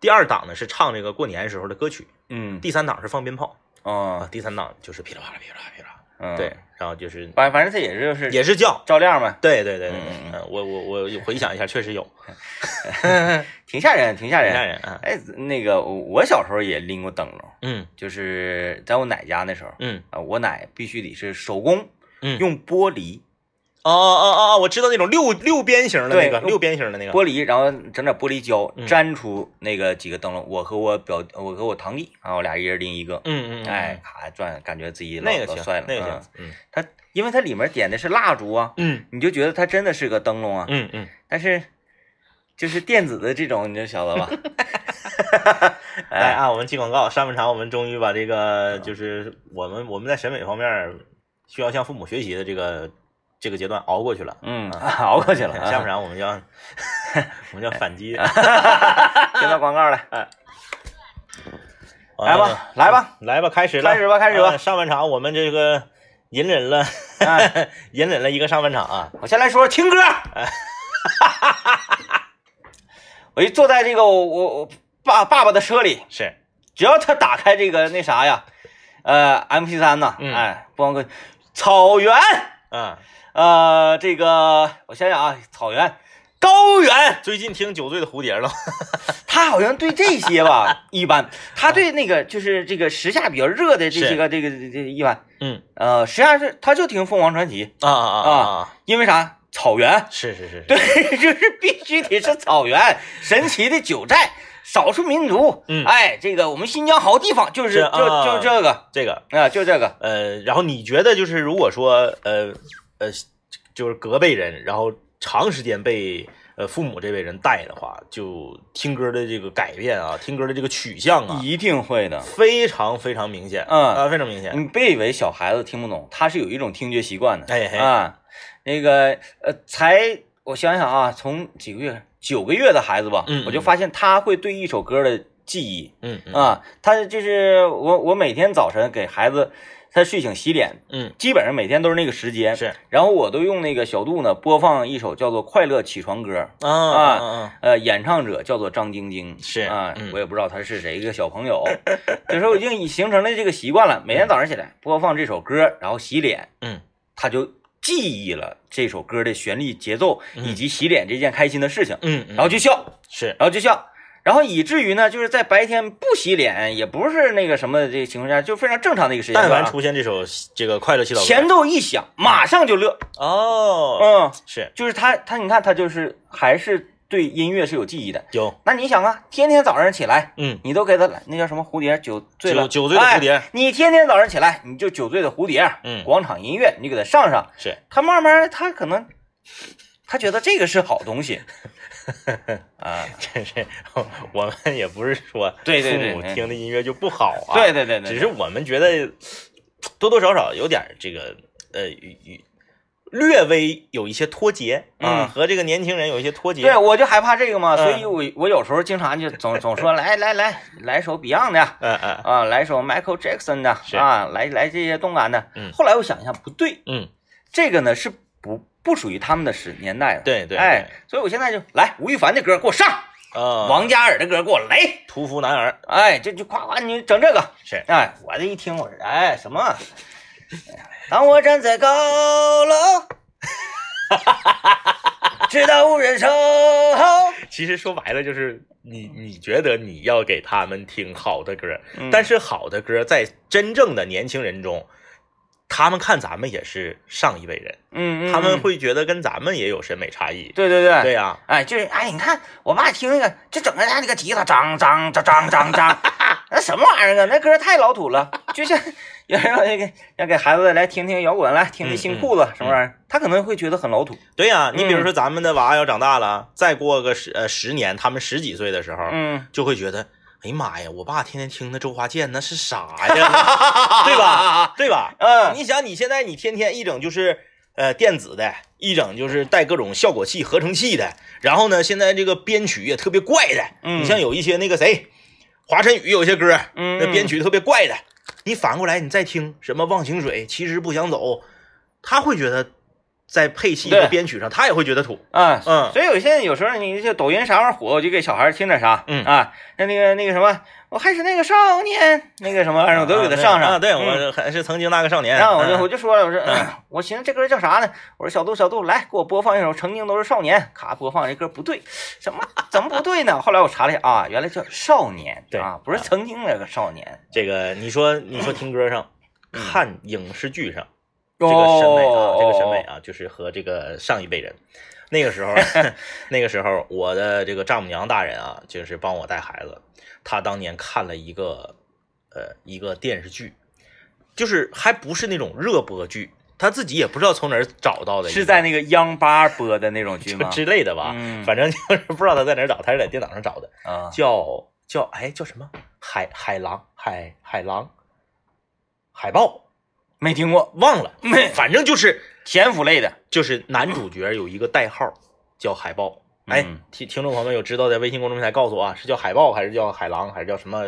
S2: 第二档呢是唱这个过年时候的歌曲，
S1: 嗯
S2: 第三档是放鞭炮啊，
S1: 哦
S2: 第三档就是噼里啪啦噼里啪啦噼里啪啦，
S1: 嗯
S2: 对，，然后就是
S1: 反反正他也就是
S2: 也是叫。
S1: 照亮呗，
S2: 对对对对，
S1: 嗯嗯嗯
S2: 嗯，我我我回想一下，确实有，
S1: 挺吓人，挺吓
S2: 很吓
S1: 人。
S2: 人啊，
S1: 哎，那个我我小时候也拎过灯笼，
S2: 嗯
S1: 就是在我奶家那时候
S2: 嗯
S1: 啊，我奶必须得是手工
S2: 嗯，
S1: 用玻璃
S2: 哦哦哦哦，我知道那种六六边形的那个，
S1: 对
S2: 六边形的那个，
S1: 玻璃，然后整点玻璃胶
S2: 嗯
S1: 粘出那个几个灯笼。我和我表，我和我堂弟啊，我俩一人拎一个，
S2: 嗯嗯，嗯
S1: 哎，，咔转，感觉自己老
S2: 那个
S1: 老
S2: 行
S1: 帅了，，
S2: 那个
S1: 嗯
S2: 行，嗯
S1: 它因为它里面点的是蜡烛啊，
S2: 嗯
S1: 你就觉得它真的是个灯笼啊。
S2: 嗯嗯，
S1: 但是就是电子的这种，你就晓
S2: (laughs)
S1: 得吧？
S2: 哎啊，啊我们进广告，上半场我们终于把这个就是我们我们在审美方面需要向父母学习的这个这个阶段熬过去了，
S1: 嗯，
S2: 啊
S1: 熬过
S2: (laughs)
S1: 去了啊。
S2: 下半场我们就要我们就要反击，
S1: (laughs) 接到广告了，来
S2: 来
S1: 吧，来吧，
S2: 哎来吧，开始了，
S1: 开始吧，开始
S2: 啊
S1: 吧。
S2: 上半场我们这个隐忍了，
S1: 哎
S2: 隐忍了一个上半场啊，
S1: 我先来说听歌。 (laughs) 我就坐在这个我我我爸爸爸的车里，
S2: 是，
S1: 只要他打开这个那啥呀，呃，M P 三呐，
S2: 嗯
S1: 哎，播放歌，草原，
S2: 嗯，
S1: 呃，这个我想想啊，草原、高原，
S2: 最近听酒醉的蝴蝶了，
S1: 他好像对这些吧一般，他对那个就是这个时下比较热的这
S2: 是
S1: 些个这个这这一般，
S2: 嗯
S1: 呃，实际上是他就听凤凰传奇，
S2: (laughs) 啊啊啊啊，
S1: 因为啥？草原，
S2: 是是是，
S1: 对， (laughs) 就是必须得是草原，神奇的九寨，少数民族，
S2: 嗯
S1: 哎，这个我们新疆好地方，就是
S2: 是
S1: 就就
S2: 啊
S1: 这个啊、
S2: 这个，
S1: 就这个。
S2: 呃，然后你觉得就是如果说呃呃，就是隔辈人，然后长时间被呃父母这辈人带的话，就听歌的这个改变啊，听歌的这个取向啊，
S1: 一定会的。
S2: 非常非常明显，
S1: 嗯
S2: 啊，非常明显，
S1: 你别以为小孩子听不懂，他是有一种听觉习惯的。
S2: 哎嘿
S1: 啊，那个呃，才我想想啊，从几个月九个月的孩子吧，
S2: 嗯嗯
S1: 我就发现他会对一首歌的记忆
S2: 嗯嗯
S1: 啊，他就是我我每天早晨给孩子他睡醒洗脸，
S2: 嗯，
S1: 基本上每天都是那个时间。
S2: 是
S1: 然后我都用那个小度呢播放一首叫做《快乐起床歌》，
S2: 啊啊啊，
S1: 呃，演唱者叫做张晶晶，
S2: 是
S1: 啊
S2: 嗯，
S1: 我也不知道他是谁，一个小朋友，这时候已经已形成了这个习惯了，每天早上起来播放这首歌，然后洗脸，
S2: 嗯
S1: 他就记忆了这首歌的旋律、节奏
S2: 嗯
S1: 以及洗脸这件开心的事情，
S2: 嗯，
S1: 然后就笑，
S2: 是
S1: 然后就笑。然后以至于呢，就是在白天不洗脸，也不是那个什么这个情况下，就非常正常的一个时间
S2: 但
S1: 段啊。
S2: 凡出现这首这个快乐祈祷歌，
S1: 前奏一响，马上就乐。
S2: 哦，
S1: 嗯，
S2: 是
S1: 就是他他，你看他就是还是对音乐是有记忆的。
S2: 有，
S1: 那你想啊，天天早上起来，
S2: 嗯，
S1: 你都给他来那叫什么蝴蝶酒醉了，
S2: 酒酒醉的蝴蝶
S1: 哎你天天早上起来，你就酒醉的蝴蝶，啊
S2: 嗯
S1: 广场音乐，你就给他上上，
S2: 是 (laughs)
S1: 他慢慢他可能他觉得这个是好东西，
S2: (laughs)
S1: 啊，
S2: 真是，我们也不是说
S1: 对对对
S2: 父母
S1: 嗯
S2: 听的音乐就不好啊，
S1: 对对对对，
S2: 只是我们觉得多多少少有点儿这个呃与与略微有一些脱节啊，
S1: 嗯
S2: 和这个年轻人有一些脱节。
S1: 对我就害怕这个嘛，
S2: 嗯
S1: 所以我我有时候经常就总总说来来来来首 Beyond 的。
S2: 嗯嗯
S1: 啊，来首 Michael Jackson 的
S2: 是
S1: 啊，来来这些动感的。
S2: 嗯
S1: 后来我想一下，不对，
S2: 嗯
S1: 这个呢是不不属于他们的时年代了。
S2: 对对，
S1: 哎，所以我现在就来吴亦凡的歌给我上，
S2: 啊，
S1: 王嘉尔的歌给我来，
S2: 屠夫男儿
S1: 哎，这就夸夸你整这个
S2: 是
S1: 哎，我这一听我说哎什么？ (laughs) 当我站在高楼， (laughs) 直到无人守候，
S2: 其实说白了就是你，你觉得你要给他们听好的歌，
S1: 嗯
S2: 但是好的歌在真正的年轻人中，他们看咱们也是上一辈人，
S1: 嗯嗯，
S2: 他们
S1: 嗯
S2: 会觉得跟咱们也有审美差异。
S1: 对对对
S2: 对呀、
S1: 哎，就是哎，你看我爸听那个，就整个他那个吉他张张张张张
S2: (laughs)
S1: 张，那什么玩意儿啊？那歌太老土了，就像有人要给要给孩子来听听摇滚，来听听新
S2: 嗯
S1: 裤子、什么玩意儿，他可能会觉得很老土。
S2: 对呀、你比如
S1: 嗯
S2: 说咱们的娃要长大了，再过个十呃十年，他们十几岁的时候，
S1: 嗯，
S2: 就会觉得，哎呀妈呀，我爸天天听那周华健那是啥呀， (laughs) 对吧？？对吧？
S1: 嗯，
S2: 你想，你现在你天天一整就是呃电子的，一整就是带各种效果器、合成器的，然后呢，现在这个编曲也特别怪的。
S1: 嗯
S2: 你像有一些那个谁，华晨宇有些歌，
S1: 嗯
S2: 那编曲特别怪的。你反过来你再听什么《忘情水》，其实不想走，他会觉得在配戏和
S1: 对
S2: 编曲上，他也会觉得土。
S1: 啊，
S2: 嗯
S1: 所以我现在有时候你就抖音啥玩意儿火，我就给小孩儿听点啥，
S2: 嗯
S1: 啊，那那个那个什么，我还是那个少年，那个什么玩意儿，我都给他上上。
S2: 啊，对
S1: 嗯
S2: 我还是曾经那个少年。
S1: 然后我就我
S2: 嗯
S1: 就说了，我说、哎我寻思这歌叫啥呢？我说小杜小杜来给我播放一首《曾经都是少年》，咔播放这歌不对，什么怎么不对呢？后来我查了一下啊，原来叫少年，
S2: 对
S1: 啊，不是
S2: 啊
S1: 曾经那个少年。
S2: 这个，你说你说听歌上，
S1: 嗯
S2: 看影视剧上。
S1: 这
S2: 这个审美啊，这个审美，
S1: 哦
S2: 啊，就是和这个上一辈人，那个
S1: (laughs)
S2: 时候，那个时候我的这个丈母娘大人啊，就是帮我带孩子，她当年看了一个呃一个电视剧，就是还不是那种热播剧，她自己也不知道从哪儿找到的一个，
S1: 是在那个央八播的那种剧
S2: 哦就啊
S1: 吗？
S2: 之类的吧，
S1: 嗯
S2: 反正就是不知道她在哪儿找，她是在电脑上找的，
S1: 啊，
S2: 叫叫哎叫什么海海狼海海狼海豹
S1: 没听过
S2: 忘了
S1: 没，
S2: 反正就是。
S1: 潜伏类的，
S2: 就是男主角有一个代号叫海豹。哎
S1: 嗯，。
S2: 听听众朋友们有知道的，微信公众平台告诉我啊，是叫海豹还是叫海狼还是叫什么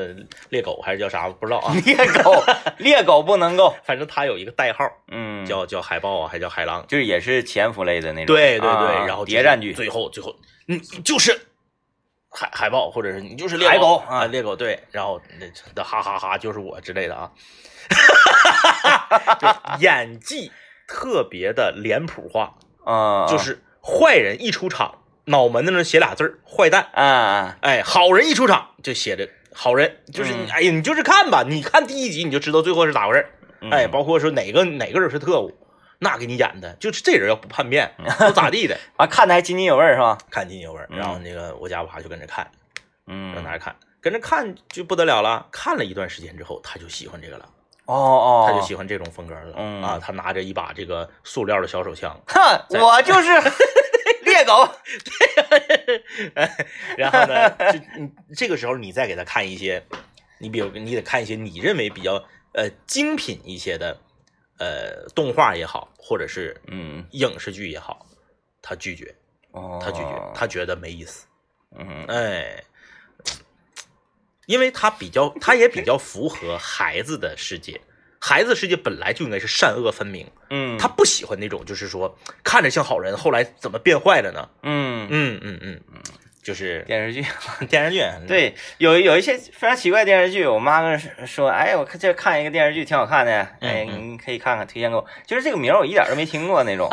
S2: 猎狗还是叫啥？不知道啊
S1: (laughs) 猎狗，猎狗不能够，
S2: 反正他有一个代号，
S1: 嗯，
S2: 叫叫海豹啊，还叫海狼。
S1: 就是也是潜伏类的那种，
S2: 对对对，
S1: 啊
S2: 然后就是
S1: 谍战剧，
S2: 最后最后你就是海海豹，或者是你就是猎
S1: 海狗
S2: 啊，
S1: 啊
S2: 猎狗对，然后那那哈哈哈就是我之类
S1: (laughs)
S2: 的啊，就演技特别的脸谱化，
S1: 啊，
S2: 就是坏人一出场，脑门子上写俩字儿“坏蛋
S1: 啊啊”，，
S2: 哎，好人一出场就写着“好人”，就是你，
S1: 嗯
S2: 哎呀，你就是看吧，你看第一集你就知道最后是咋回事儿，
S1: 嗯
S2: 哎，包括说哪个哪个人是特务，那给你演的，就是这人要不叛变，不咋地的，
S1: 啊，看的还津津有味儿是吧？
S2: 嗯 (laughs) 看津津有味儿。
S1: 嗯
S2: 然后那个我家娃就跟着看，跟
S1: 嗯，
S2: 着看，跟着看就不得了了。看了一段时间之后，他就喜欢这个了，
S1: 哦哦，
S2: 他就喜欢这种风格了
S1: 嗯
S2: 啊。他拿着一把这个塑料的小手枪，
S1: 哼，我就是 (laughs) 猎狗，
S2: 然后呢，就你这个时候你再给他看一些，你比如你得看一些你认为比较呃精品一些的呃动画也好，或者是
S1: 嗯，
S2: 影视剧也好，他拒绝，
S1: 哦，
S2: 他拒绝，他觉得没意思，
S1: 嗯，
S2: 哎，因为他比较，他也比较符合孩子的世界。孩子世界本来就应该是善恶分明，
S1: 嗯，
S2: 他，不喜欢那种就是说看着像好人，后来怎么变坏了呢？
S1: 嗯，
S2: 嗯嗯嗯嗯，就是
S1: 电视剧，
S2: 电视剧，
S1: 对，有有一些非常奇怪的电视剧，我妈跟我说，哎，我看这看一个电视剧挺好看的，哎，
S2: 嗯
S1: 你可以看看，推荐给我，就是这个名儿我一点儿都没听过那
S2: (laughs)
S1: 种，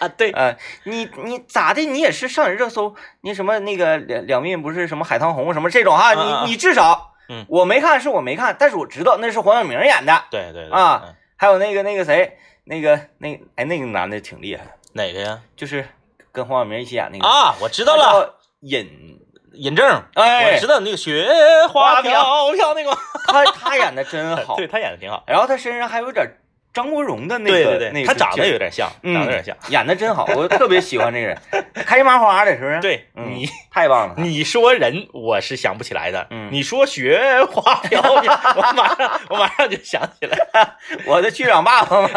S2: 啊，对
S1: 呃，你你咋的？你也是上人热搜，你什么那个两两面不是什么海棠红什么这种
S2: 嗯嗯
S1: 哈？
S2: 嗯
S1: 你你至少，
S2: 嗯
S1: 我没看是我没看，但是我知道那是黄晓明演的，
S2: 对对对
S1: 啊，
S2: 嗯
S1: 还有那个那个谁，那个那个哎那个男的挺厉害的，
S2: 哪个呀？
S1: 就是跟黄晓明一起演那个，
S2: 啊，我知
S1: 知
S2: 道了，，
S1: 尹，
S2: 尹正，
S1: 哎，
S2: 我知道那个雪
S1: 花
S2: 花
S1: 飘
S2: 飘飘那个，
S1: 他他演的真好，
S2: (laughs) 对他演的挺好，
S1: 然后他身上还有点张国荣的那
S2: 对
S1: 个
S2: 对
S1: 那
S2: 对，
S1: 个
S2: 他长得
S1: 劲儿
S2: 有点像，
S1: 嗯
S2: 长得有点像，
S1: 演的真好，我特别喜欢这个人，开心麻花的是不是？
S2: 对
S1: 嗯
S2: 你。
S1: 太棒了，
S2: 你说人我是想不起来的，
S1: 嗯
S2: 你说雪花飘飘，我马上我马上就想起 (laughs) 来，
S1: 我的区长爸爸嘛。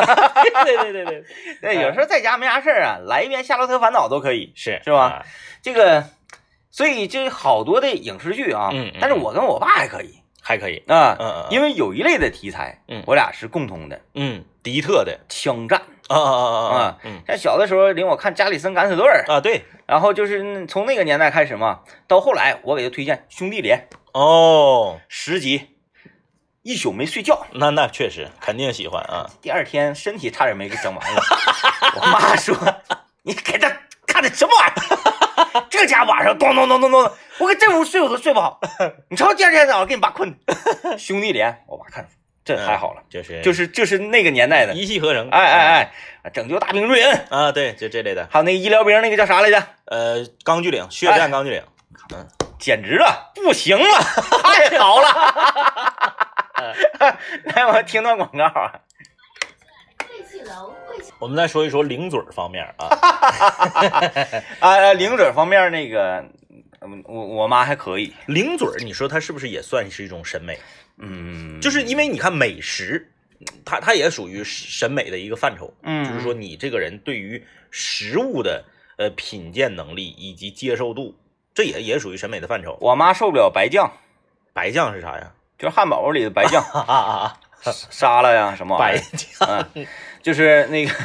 S2: 对对对对，
S1: 对，有时候在家没啥事儿啊，来一遍《夏洛特烦恼》都可以。
S2: 是
S1: 是吧
S2: 啊
S1: 这个，所以这好多的影视剧啊，
S2: 嗯嗯
S1: 但是我跟我爸还可以
S2: 还可以，
S1: 啊、
S2: 嗯嗯嗯
S1: 因为有一类的题材，
S2: 嗯
S1: 我俩是共同的，
S2: 嗯，迪特的
S1: 枪战。
S2: 啊啊啊啊！嗯
S1: 像小的时候领我看加里森敢死队儿，
S2: 啊，对，
S1: 然后就是嗯从那个年代开始嘛，到后来我给他推荐兄弟连
S2: 哦，
S1: 十集，一宿没睡觉，
S2: 那那确实肯定喜欢啊。
S1: 第二天身体差点没给整完了。 (laughs) 我妈说：“你给他看的什么玩意儿？
S2: (laughs)
S1: 这家晚上咚咚咚咚咚，我搁这屋睡我都睡不好。你瞅第二天早上给你爸困的。兄弟连，我爸看这太好了，
S2: 就是
S1: 就是是就是那个年代的，
S2: 嗯一气
S1: (laughs)
S2: 呵成，
S1: 哎哎哎，拯救大兵瑞恩，
S2: 哎 (laughs) 啊，对，就这类的，
S1: 还有那个医疗兵那个叫啥来着？
S2: 呃，钢锯岭血
S1: 哎
S2: 战钢锯岭，
S1: 简直了，不行了， (laughs) 太好了。 (laughs) 来，我们听段广告啊。
S3: 贵气楼贵气
S2: 我们再说一说零嘴儿方面啊， (laughs)
S1: 啊、呃，零嘴方面那个，嗯我我妈还可以，
S2: 零嘴儿，你说它是不是也算是一种审美？
S1: 嗯，
S2: 就是因为你看美食，它它也属于审美的一个范畴，
S1: 嗯
S2: 就是说你这个人对于食物的呃品鉴能力以及接受度，这也也属于审美的范畴。
S1: 我妈受不了白酱，
S2: 白酱是啥呀？ (laughs)
S1: 就是汉堡里的白 (laughs) 酱，
S2: 啊啊啊！
S1: 沙拉呀什么玩
S2: 白
S1: 意
S2: 酱
S1: 儿，嗯，就是那个 (laughs)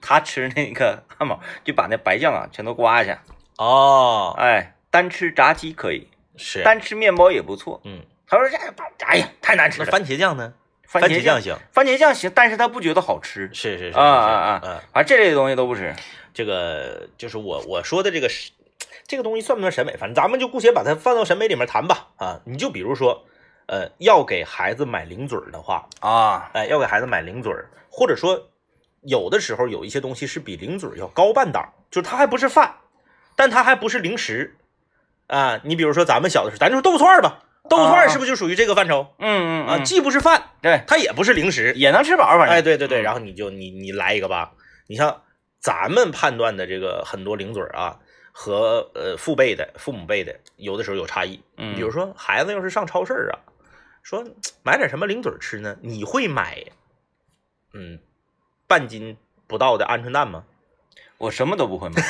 S1: 她吃那个汉堡就把那白酱啊全都刮一下，
S2: 哦，
S1: 哎，单吃炸鸡可以，
S2: 是，
S1: 单吃面包也不错。
S2: 嗯，
S1: 她说这哎呀太难吃
S2: 那
S1: 了，
S2: 番茄酱呢？
S1: 番
S2: 番茄
S1: 酱
S2: 酱行，
S1: 番茄酱行，但是她不觉得好吃，
S2: 是是是
S1: 啊啊
S2: 是是嗯，
S1: 反正这类东西都不吃。
S2: 这个就是我我说的这个是这个东西算不算审美？反正咱们就姑且把它放到审美里面谈吧。啊，你就比如说，呃，要给孩子买零嘴儿的话，
S1: 啊，
S2: 哎，要给孩子买零嘴儿，或者说有的时候有一些东西是比零嘴儿要高半档，就是它还不是饭，但它还不是零食啊。你比如说咱们小的时候，咱就说豆腐串儿吧，豆腐串
S1: 啊
S2: 儿是不是就属于这个范畴
S1: 嗯嗯
S2: 啊？
S1: 嗯，
S2: 既不是饭，
S1: 对，
S2: 它也不是零食。
S1: 也能吃饱，反正
S2: 哎，对对对，
S1: 嗯
S2: 然后你就你你来一个吧。你像咱们判断的这个很多零嘴儿啊，和呃父辈的、父母辈的，有的时候有差异。
S1: 嗯
S2: 比如说孩子要是上超市儿啊，说买点什么零嘴儿吃呢？你会买嗯半斤不到的鹌鹑蛋吗？
S1: 我什么都不会买，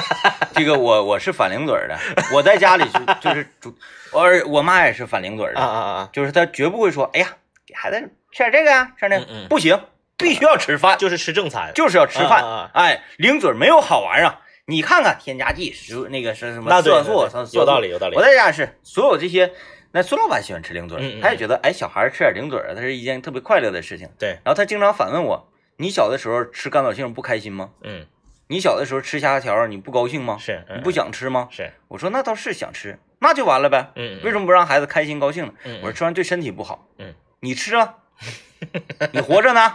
S1: (laughs) 这个我我是反零嘴儿的，我在家里就就是主，而我妈也是反零嘴儿的，
S2: 啊啊！
S1: 就是她绝不会说，哎呀，给孩子吃点这个呀、吃点那个，
S2: 嗯嗯
S1: 不行，必须要吃饭，
S2: 就是吃正餐，
S1: 就是要吃饭，
S2: 啊啊
S1: 哎，零嘴儿没有好玩儿啊，你看看添加剂、食物那个是什么
S2: 那对
S1: 色
S2: 对
S1: 素，
S2: 对
S1: 什么色素
S2: 有道理，有道理
S1: 我。在家也是，所有这些，那孙老板喜欢吃零嘴儿，
S2: 嗯嗯
S1: 他也觉得，哎，小孩儿吃点零嘴儿，它是一件特别快乐的事情。
S2: 对，
S1: 然后他经常反问我，你小的时候吃干枣杏不开心吗？
S2: 嗯，
S1: 你小的时候吃虾条你不高兴吗？
S2: 是，
S1: 你
S2: 嗯
S1: 不想吃吗？
S2: 是，
S1: 我说那倒是想吃，那就完了呗。
S2: 嗯，
S1: 为
S2: 么？
S1: 什么不让孩子开心高兴呢？
S2: 嗯
S1: 我说吃完对身体不好。
S2: 嗯，
S1: 你吃啊，你活着
S2: (laughs)
S1: 呢，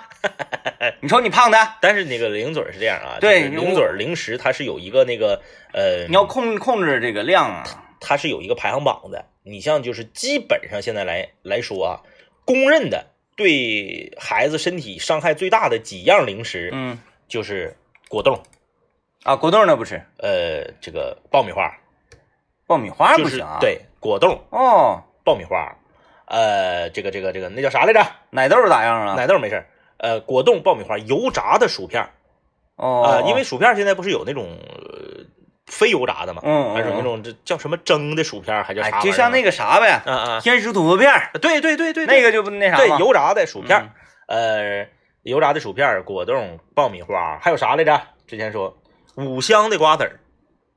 S1: 你瞅你胖的，
S2: 但是那个零嘴儿是这样啊，
S1: 对
S2: 就是零嘴儿零食它是有一个那个呃，
S1: 你要控控制这个量啊。
S2: 它是有一个排行榜的。你像就是基本上现在来来说啊，公认的对孩子身体伤害最大的几样零食，
S1: 嗯
S2: 就是果冻，
S1: 啊，果冻那不吃，
S2: 呃，这个爆米花，
S1: 爆米花
S2: 就
S1: 不
S2: 是
S1: 行啊。，
S2: 对，果冻、
S1: 哦，
S2: 爆米花，呃，这个这个这个那叫啥来着？
S1: 奶豆咋样啊？
S2: 奶豆没事儿，呃，果冻、爆米花、油炸的薯片儿啊、
S1: 哦，
S2: 因为薯片儿现在不是有那种。呃非油炸的嘛，
S1: 嗯嗯
S2: 还是有那
S1: 嗯
S2: 种这叫什么蒸的薯片儿，还叫啥玩意
S1: 哎，
S2: 儿？
S1: 就像那
S2: 个，
S1: 个啥呗，
S2: 啊啊，
S1: 天使土豆片儿，
S2: 对对对对，对
S1: 那个就不那啥
S2: 对
S1: 嘛，嗯
S2: 油炸的薯片儿，呃，油炸的薯片儿、果冻、爆米花，还有啥来着？之前说五香的瓜子儿，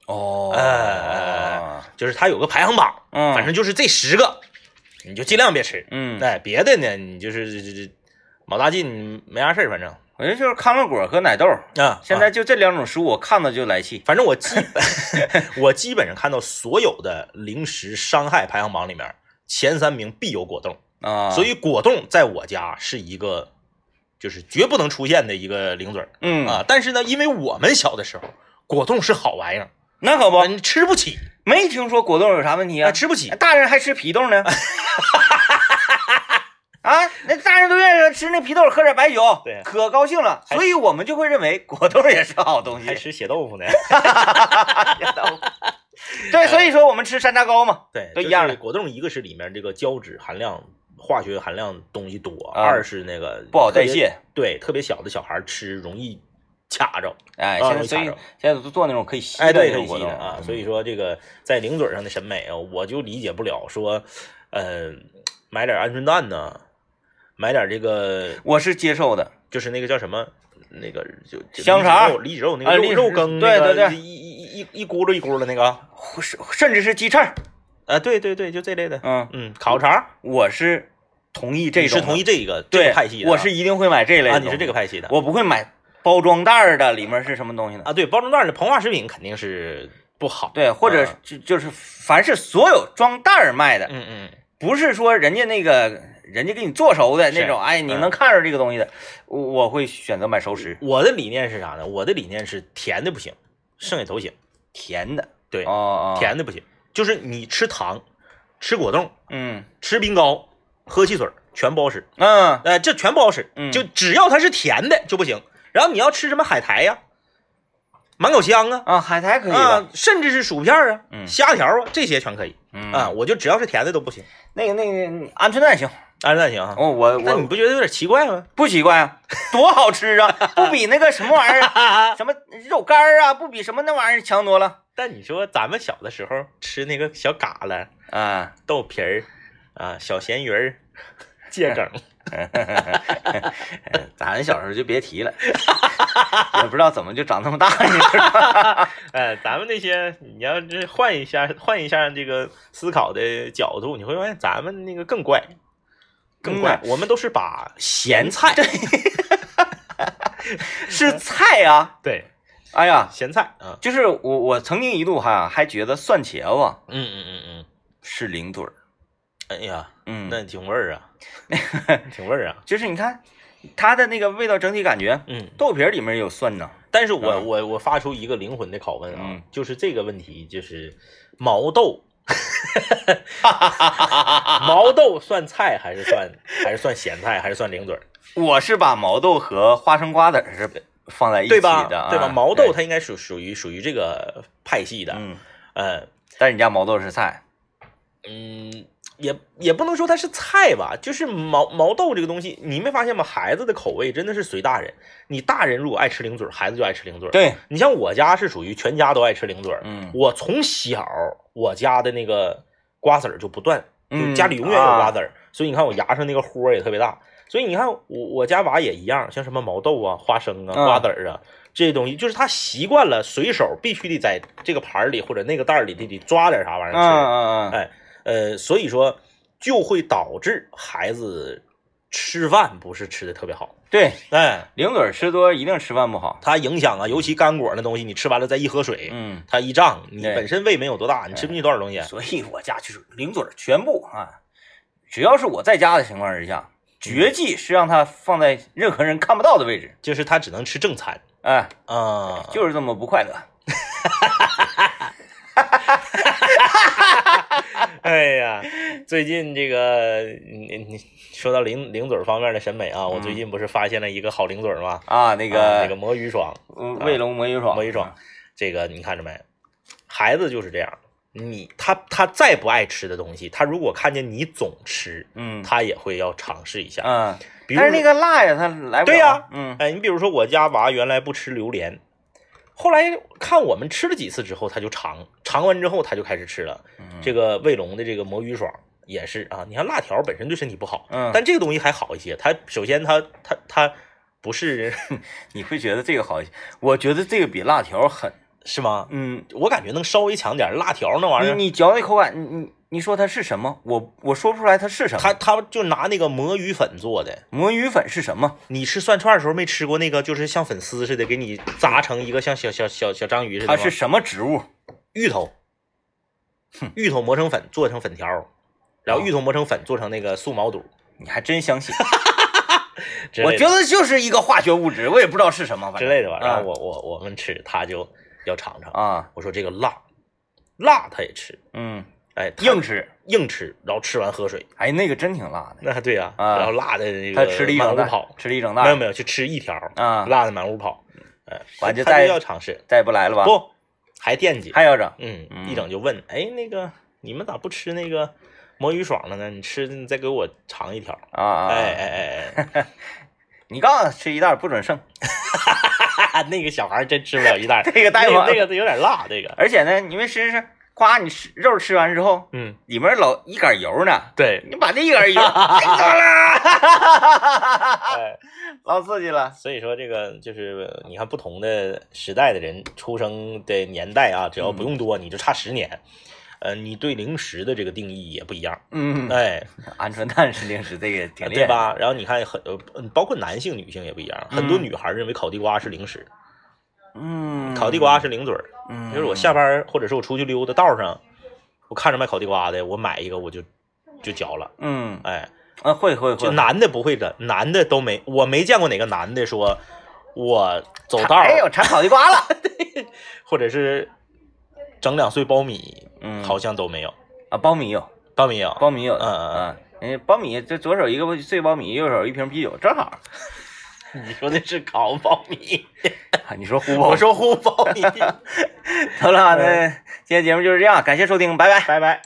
S1: 哦，
S2: 哎哎哎就是它有个排行榜，
S1: 嗯，
S2: 反正就是这十个，你就尽量别吃。
S1: 嗯，
S2: 哎，别的呢，你就是这这这卯大劲没啥事儿，反正
S1: 我觉得就是康乐果和奶豆。
S2: 啊，
S1: 现
S2: 啊
S1: 在就这两种食物，我看到就来气。
S2: 反正我基 (laughs) 我基本上看到所有的零食伤害排行榜里面，前三名必有果冻，
S1: 啊，
S2: 所以果冻在我家是一个就是绝不能出现的一个零嘴儿。
S1: 嗯
S2: 啊，但是呢，因为我们小的时候，果冻是好玩意儿，
S1: 那可不
S2: 你吃不起，
S1: 没听说果冻有啥问题
S2: 哎
S1: 啊，
S2: 吃不起。
S1: 大人还吃皮冻呢。 (laughs) 啊，那大人都愿意吃那皮冻，喝点白酒，
S2: 对
S1: 可高兴了。
S2: 还
S1: 所以我们就会认为果冻也是好东西。
S2: 吃血豆腐呢？哎
S1: 对，所以说我们吃山楂糕嘛。
S2: 对，
S1: (laughs) 都
S2: 就
S1: 一样
S2: 是
S1: 的
S2: 果冻一个是里面这个胶质含量、化学含量东西多，
S1: 啊
S2: 二是那个
S1: 不好
S2: 特别
S1: 代谢。
S2: 对，特别小的小孩吃容易卡着。
S1: 哎，
S2: 啊
S1: 现在
S2: 容易
S1: 所以
S2: 卡着
S1: 现在都做那种可以吸
S2: 哎，
S1: 的
S2: 对，
S1: 那种嗯
S2: 可以
S1: 果
S2: 吸
S1: 冻
S2: 的啊。所以说这个在零嘴上的审美啊，我就理解不了说，呃，买点鹌鹑蛋呢，买点这个
S1: 我是接受的。
S2: 就是那个叫什么那个就就
S1: 香肠
S2: 里脊肉里脊肉那
S1: 啊
S2: 个
S1: 里
S2: 肉肉羹，
S1: 对
S2: 那个
S1: 对对
S2: 一一一一一咕噜一咕噜那个，
S1: 或甚甚至是鸡翅儿，
S2: 啊，对对对，就这类的，
S1: 嗯，
S2: 嗯，烤肠，
S1: 我是同意嗯这
S2: 你
S1: 种
S2: 是
S1: 的，
S2: 同意这个这
S1: 对
S2: 个派系的啊，
S1: 我是一定会买这类的
S2: 啊，
S1: 东
S2: 你
S1: 西
S2: 是这个，派系的，
S1: 我不会买包装袋儿的，里面是什么东西的。
S2: 啊，对，包装袋儿的膨化食品肯定是不好，，
S1: 对，或者
S2: 啊
S1: 就就是凡是所有装袋儿卖的，
S2: 嗯嗯，
S1: 不是说人家那个人家给你做熟的那种，哎，你
S2: 嗯
S1: 能看着这个东西的，我我会选择买熟食
S2: 我的理念是啥呢？我的理念是甜的不行，剩下都行，
S1: 甜的。
S2: 对，
S1: 哦哦，，
S2: 甜的不行，就是你吃糖、吃果冻、
S1: 嗯
S2: 吃冰糕、喝汽水儿全不好使，
S1: 嗯
S2: 呃，这全不好使，
S1: 嗯
S2: 就只要它是甜的就不行。然后你要吃什么海苔呀、满口香啊。
S1: 啊，海苔可以吧？
S2: 啊，甚至是薯片儿啊、
S1: 嗯
S2: 虾条啊，这些全可以
S1: 嗯
S2: 啊。，我就只要是甜的都不行，
S1: 那个那个鹌鹑蛋行，
S2: 安蛋行啊。
S1: 哦，我
S2: 那你
S1: 我
S2: 不觉得有点奇怪吗？
S1: 不奇怪啊，多好吃 (laughs) 啊，不比那个什么玩意儿， (laughs) 什么肉干儿啊，不比什么那玩意儿强多了
S2: 但你说咱们小的时候吃那个小嘎啦、
S1: 啊。
S2: 豆皮儿啊、小咸鱼儿、 (laughs) 芥梗，
S1: 哎咱小时候就别提 (laughs) 了，也不知道怎么就长那么大，你知道吗？
S2: 呃，咱们那些你要是换一下换一下这个思考的角度，你会发现咱们那个更怪，更怪。我们都是把
S1: 咸菜， (laughs) 对，是菜啊！
S2: 对
S1: 哎呀，
S2: 咸菜啊，
S1: 就是我我曾经一度哈还觉得蒜茄子
S2: 嗯嗯嗯嗯，
S1: 是零嘴儿，
S2: 哎呀，
S1: 嗯，
S2: 那挺味儿 (laughs) 啊，挺味儿啊，
S1: 就是你看它的那个味道整体感觉，
S2: 嗯。
S1: 豆皮儿里面也有蒜呢，
S2: 但是我、
S1: 嗯
S2: 我我发出一个灵魂的拷问啊，
S1: 嗯
S2: 就是这个问题，就是毛 (laughs) 豆，毛豆算菜还是算还是算咸菜还是算零嘴儿，
S1: 我是把毛豆和花生瓜子儿是放在一起
S2: 对
S1: 的
S2: 吧？
S1: 啊，
S2: 对吧？毛豆它应该属属于属于这个派系的，
S1: 嗯，
S2: 呃
S1: 但是你家毛豆是菜，
S2: 嗯，也也不能说它是菜吧，就是毛毛豆这个东西，你没发现吗？孩子的口味真的是随大人，你大人如果爱吃零嘴儿，孩子就爱吃零嘴儿。
S1: 对，
S2: 你像我家是属于全家都爱吃零嘴儿，
S1: 嗯
S2: 我从小我家的那个瓜子儿就不断，
S1: 嗯
S2: 就家里永远有
S1: 啊
S2: 瓜子儿，所以你看我牙上那个豁儿也特别大。所以你看我我家娃也一样，像什么毛豆啊、花生啊、
S1: 嗯
S2: 瓜子儿啊、这些东西，就是他习惯了随手必须得在这个盘儿里或者那个袋儿里得得抓点啥玩意
S1: 嗯
S2: 儿吃。
S1: 嗯嗯，
S2: 哎，呃，所以说就会导致孩子吃饭不是吃的特别好，
S1: 对，
S2: 哎，
S1: 零嘴儿吃多一定吃饭不好，
S2: 它影响啊，尤其干果那东西，你吃完了再一喝水，
S1: 嗯。
S2: 它一胀，你
S1: 对
S2: 本身胃没有多大，你吃不进去多少东西，
S1: 所以我家就是零嘴儿，全部啊，只要是我在家的情况之下，绝技是让它放在任何人看不到的位置，
S2: 就是它只能吃正餐
S1: 哎，
S2: 啊，
S1: 就是这么不快乐。
S2: 哎呀，最近这个你你说到零零嘴儿方面的审美啊，我最近不是发现了一个好零嘴儿吗？
S1: 啊，那
S2: 啊那个
S1: 个
S2: 魔芋爽，
S1: 嗯卫龙魔芋爽，
S2: 魔芋爽，这个你看着没？孩子就是这样，你他他再不爱吃的东西，他如果看见你总吃，
S1: 嗯
S2: 他也会要尝试一下。
S1: 嗯，
S2: 比如
S1: 但是那
S2: 说
S1: 个辣呀，它来不了。
S2: 对呀
S1: 嗯
S2: 哎，你比如说我家娃原来不吃榴莲，后来看我们吃了几次之后，他就尝，尝完之后他就开始吃了。
S1: 嗯
S2: 这个卫龙的这个魔芋爽也是啊，你看辣条本身对身体不好，
S1: 嗯，
S2: 但这个东西还好一些。它首先它它它不是 (laughs)
S1: 你会觉得这个好一些，我觉得这个比辣条狠。
S2: 是吗？
S1: 嗯，
S2: 我感觉能稍微强点儿，辣条那玩意
S1: 你
S2: 儿，
S1: 你嚼那口感，你你你说它是什么？我我说不出来它是什么。
S2: 它它就拿那个魔芋粉做的。
S1: 魔芋粉是什么？
S2: 你吃涮串的时候没吃过那个，就是像粉丝似的，给你扎成一个像小小小小章鱼似的
S1: 它
S2: 吗？
S1: 是什么植物？
S2: 芋头，芋头磨成粉做成粉条儿，然后芋头磨成粉做成那个素毛肚
S1: 你还真相信？
S2: 之
S1: 我啊
S2: 类的，
S1: 觉得就是一个化学物质，我也不知道是什么，反
S2: 之
S1: 正
S2: 类的吧。然后
S1: 我
S2: 我我我们吃，他就要尝尝。
S1: 啊，
S2: 我说这个辣，辣他也吃，
S1: 嗯，
S2: 哎，他
S1: 硬吃，
S2: 硬吃，然后吃完喝水，
S1: 哎，那个真挺辣的，
S2: 那对呀、
S1: 啊
S2: 然后辣的那
S1: 他
S2: 个
S1: 吃了一
S2: 满
S1: 整
S2: 屋
S1: 袋
S2: 跑，，
S1: 吃了一整
S2: 没有
S1: 袋，
S2: 没有，就吃一条
S1: 啊
S2: 辣的满屋跑，哎，
S1: 完就
S2: 他
S1: 再
S2: 要尝试，
S1: 再不来了吧？，
S2: 不还惦记，
S1: 还要整，
S2: 嗯，
S1: 嗯
S2: 一整就问，哎，那个你们咋不吃那个魔芋爽了呢？你吃，你再给我尝一条，
S1: 啊啊，
S2: 哎哎哎哎。
S1: 你告诉他吃一袋不准剩，
S2: (laughs) 啊，那个小孩真吃不了一袋儿，
S1: (laughs) 这个待会儿 (laughs)
S2: 那个那个有点辣，那个
S1: 而且呢，你没试试夸你吃肉吃完之后，
S2: 嗯，
S1: 里面老一杆油呢，
S2: 对，
S1: 你把这一杆油给走了，
S2: 哎，
S1: 老刺激了。
S2: 所以说这个就是你看不同的时代的人出生的年代啊，只要
S1: 嗯
S2: 不用多，你就差十年，呃，你对零食的这个定义也不一样，
S1: 嗯，
S2: 哎，
S1: 鹌鹑蛋是零食，这个挺厉
S2: 对
S1: 害，？
S2: 吧？然后你看很呃，包括男性女性也不一样，很多
S1: 嗯
S2: 女孩认为烤地瓜是零食，
S1: 嗯，
S2: 烤地瓜，是零嘴儿，
S1: 嗯，
S2: 就是我下班儿或者是我出去溜达道儿上，我看着卖烤地瓜的，我买一个我就就嚼了，
S1: 嗯，
S2: 哎，
S1: 啊，会会会
S2: 就，男的不会的，男的都没，我没见过哪个男的说我走道
S1: 哎
S2: 儿
S1: 呦，馋烤地瓜了，
S2: 或者是整两碎苞米，
S1: 嗯，
S2: 好像都没有，
S1: 啊，苞米有，
S2: 苞米有，啊
S1: 苞米有的，
S2: 嗯
S1: 嗯，人家苞米这左手一个碎苞米，右手一瓶啤酒，正
S2: (laughs)
S1: 好。
S2: 你说的是烤苞 (laughs) 米，
S1: 啊你说呼包，
S2: 我说糊苞米，嗯
S1: 好了，那今天节目就是这样，感谢收听，拜拜。
S2: (laughs) 拜拜。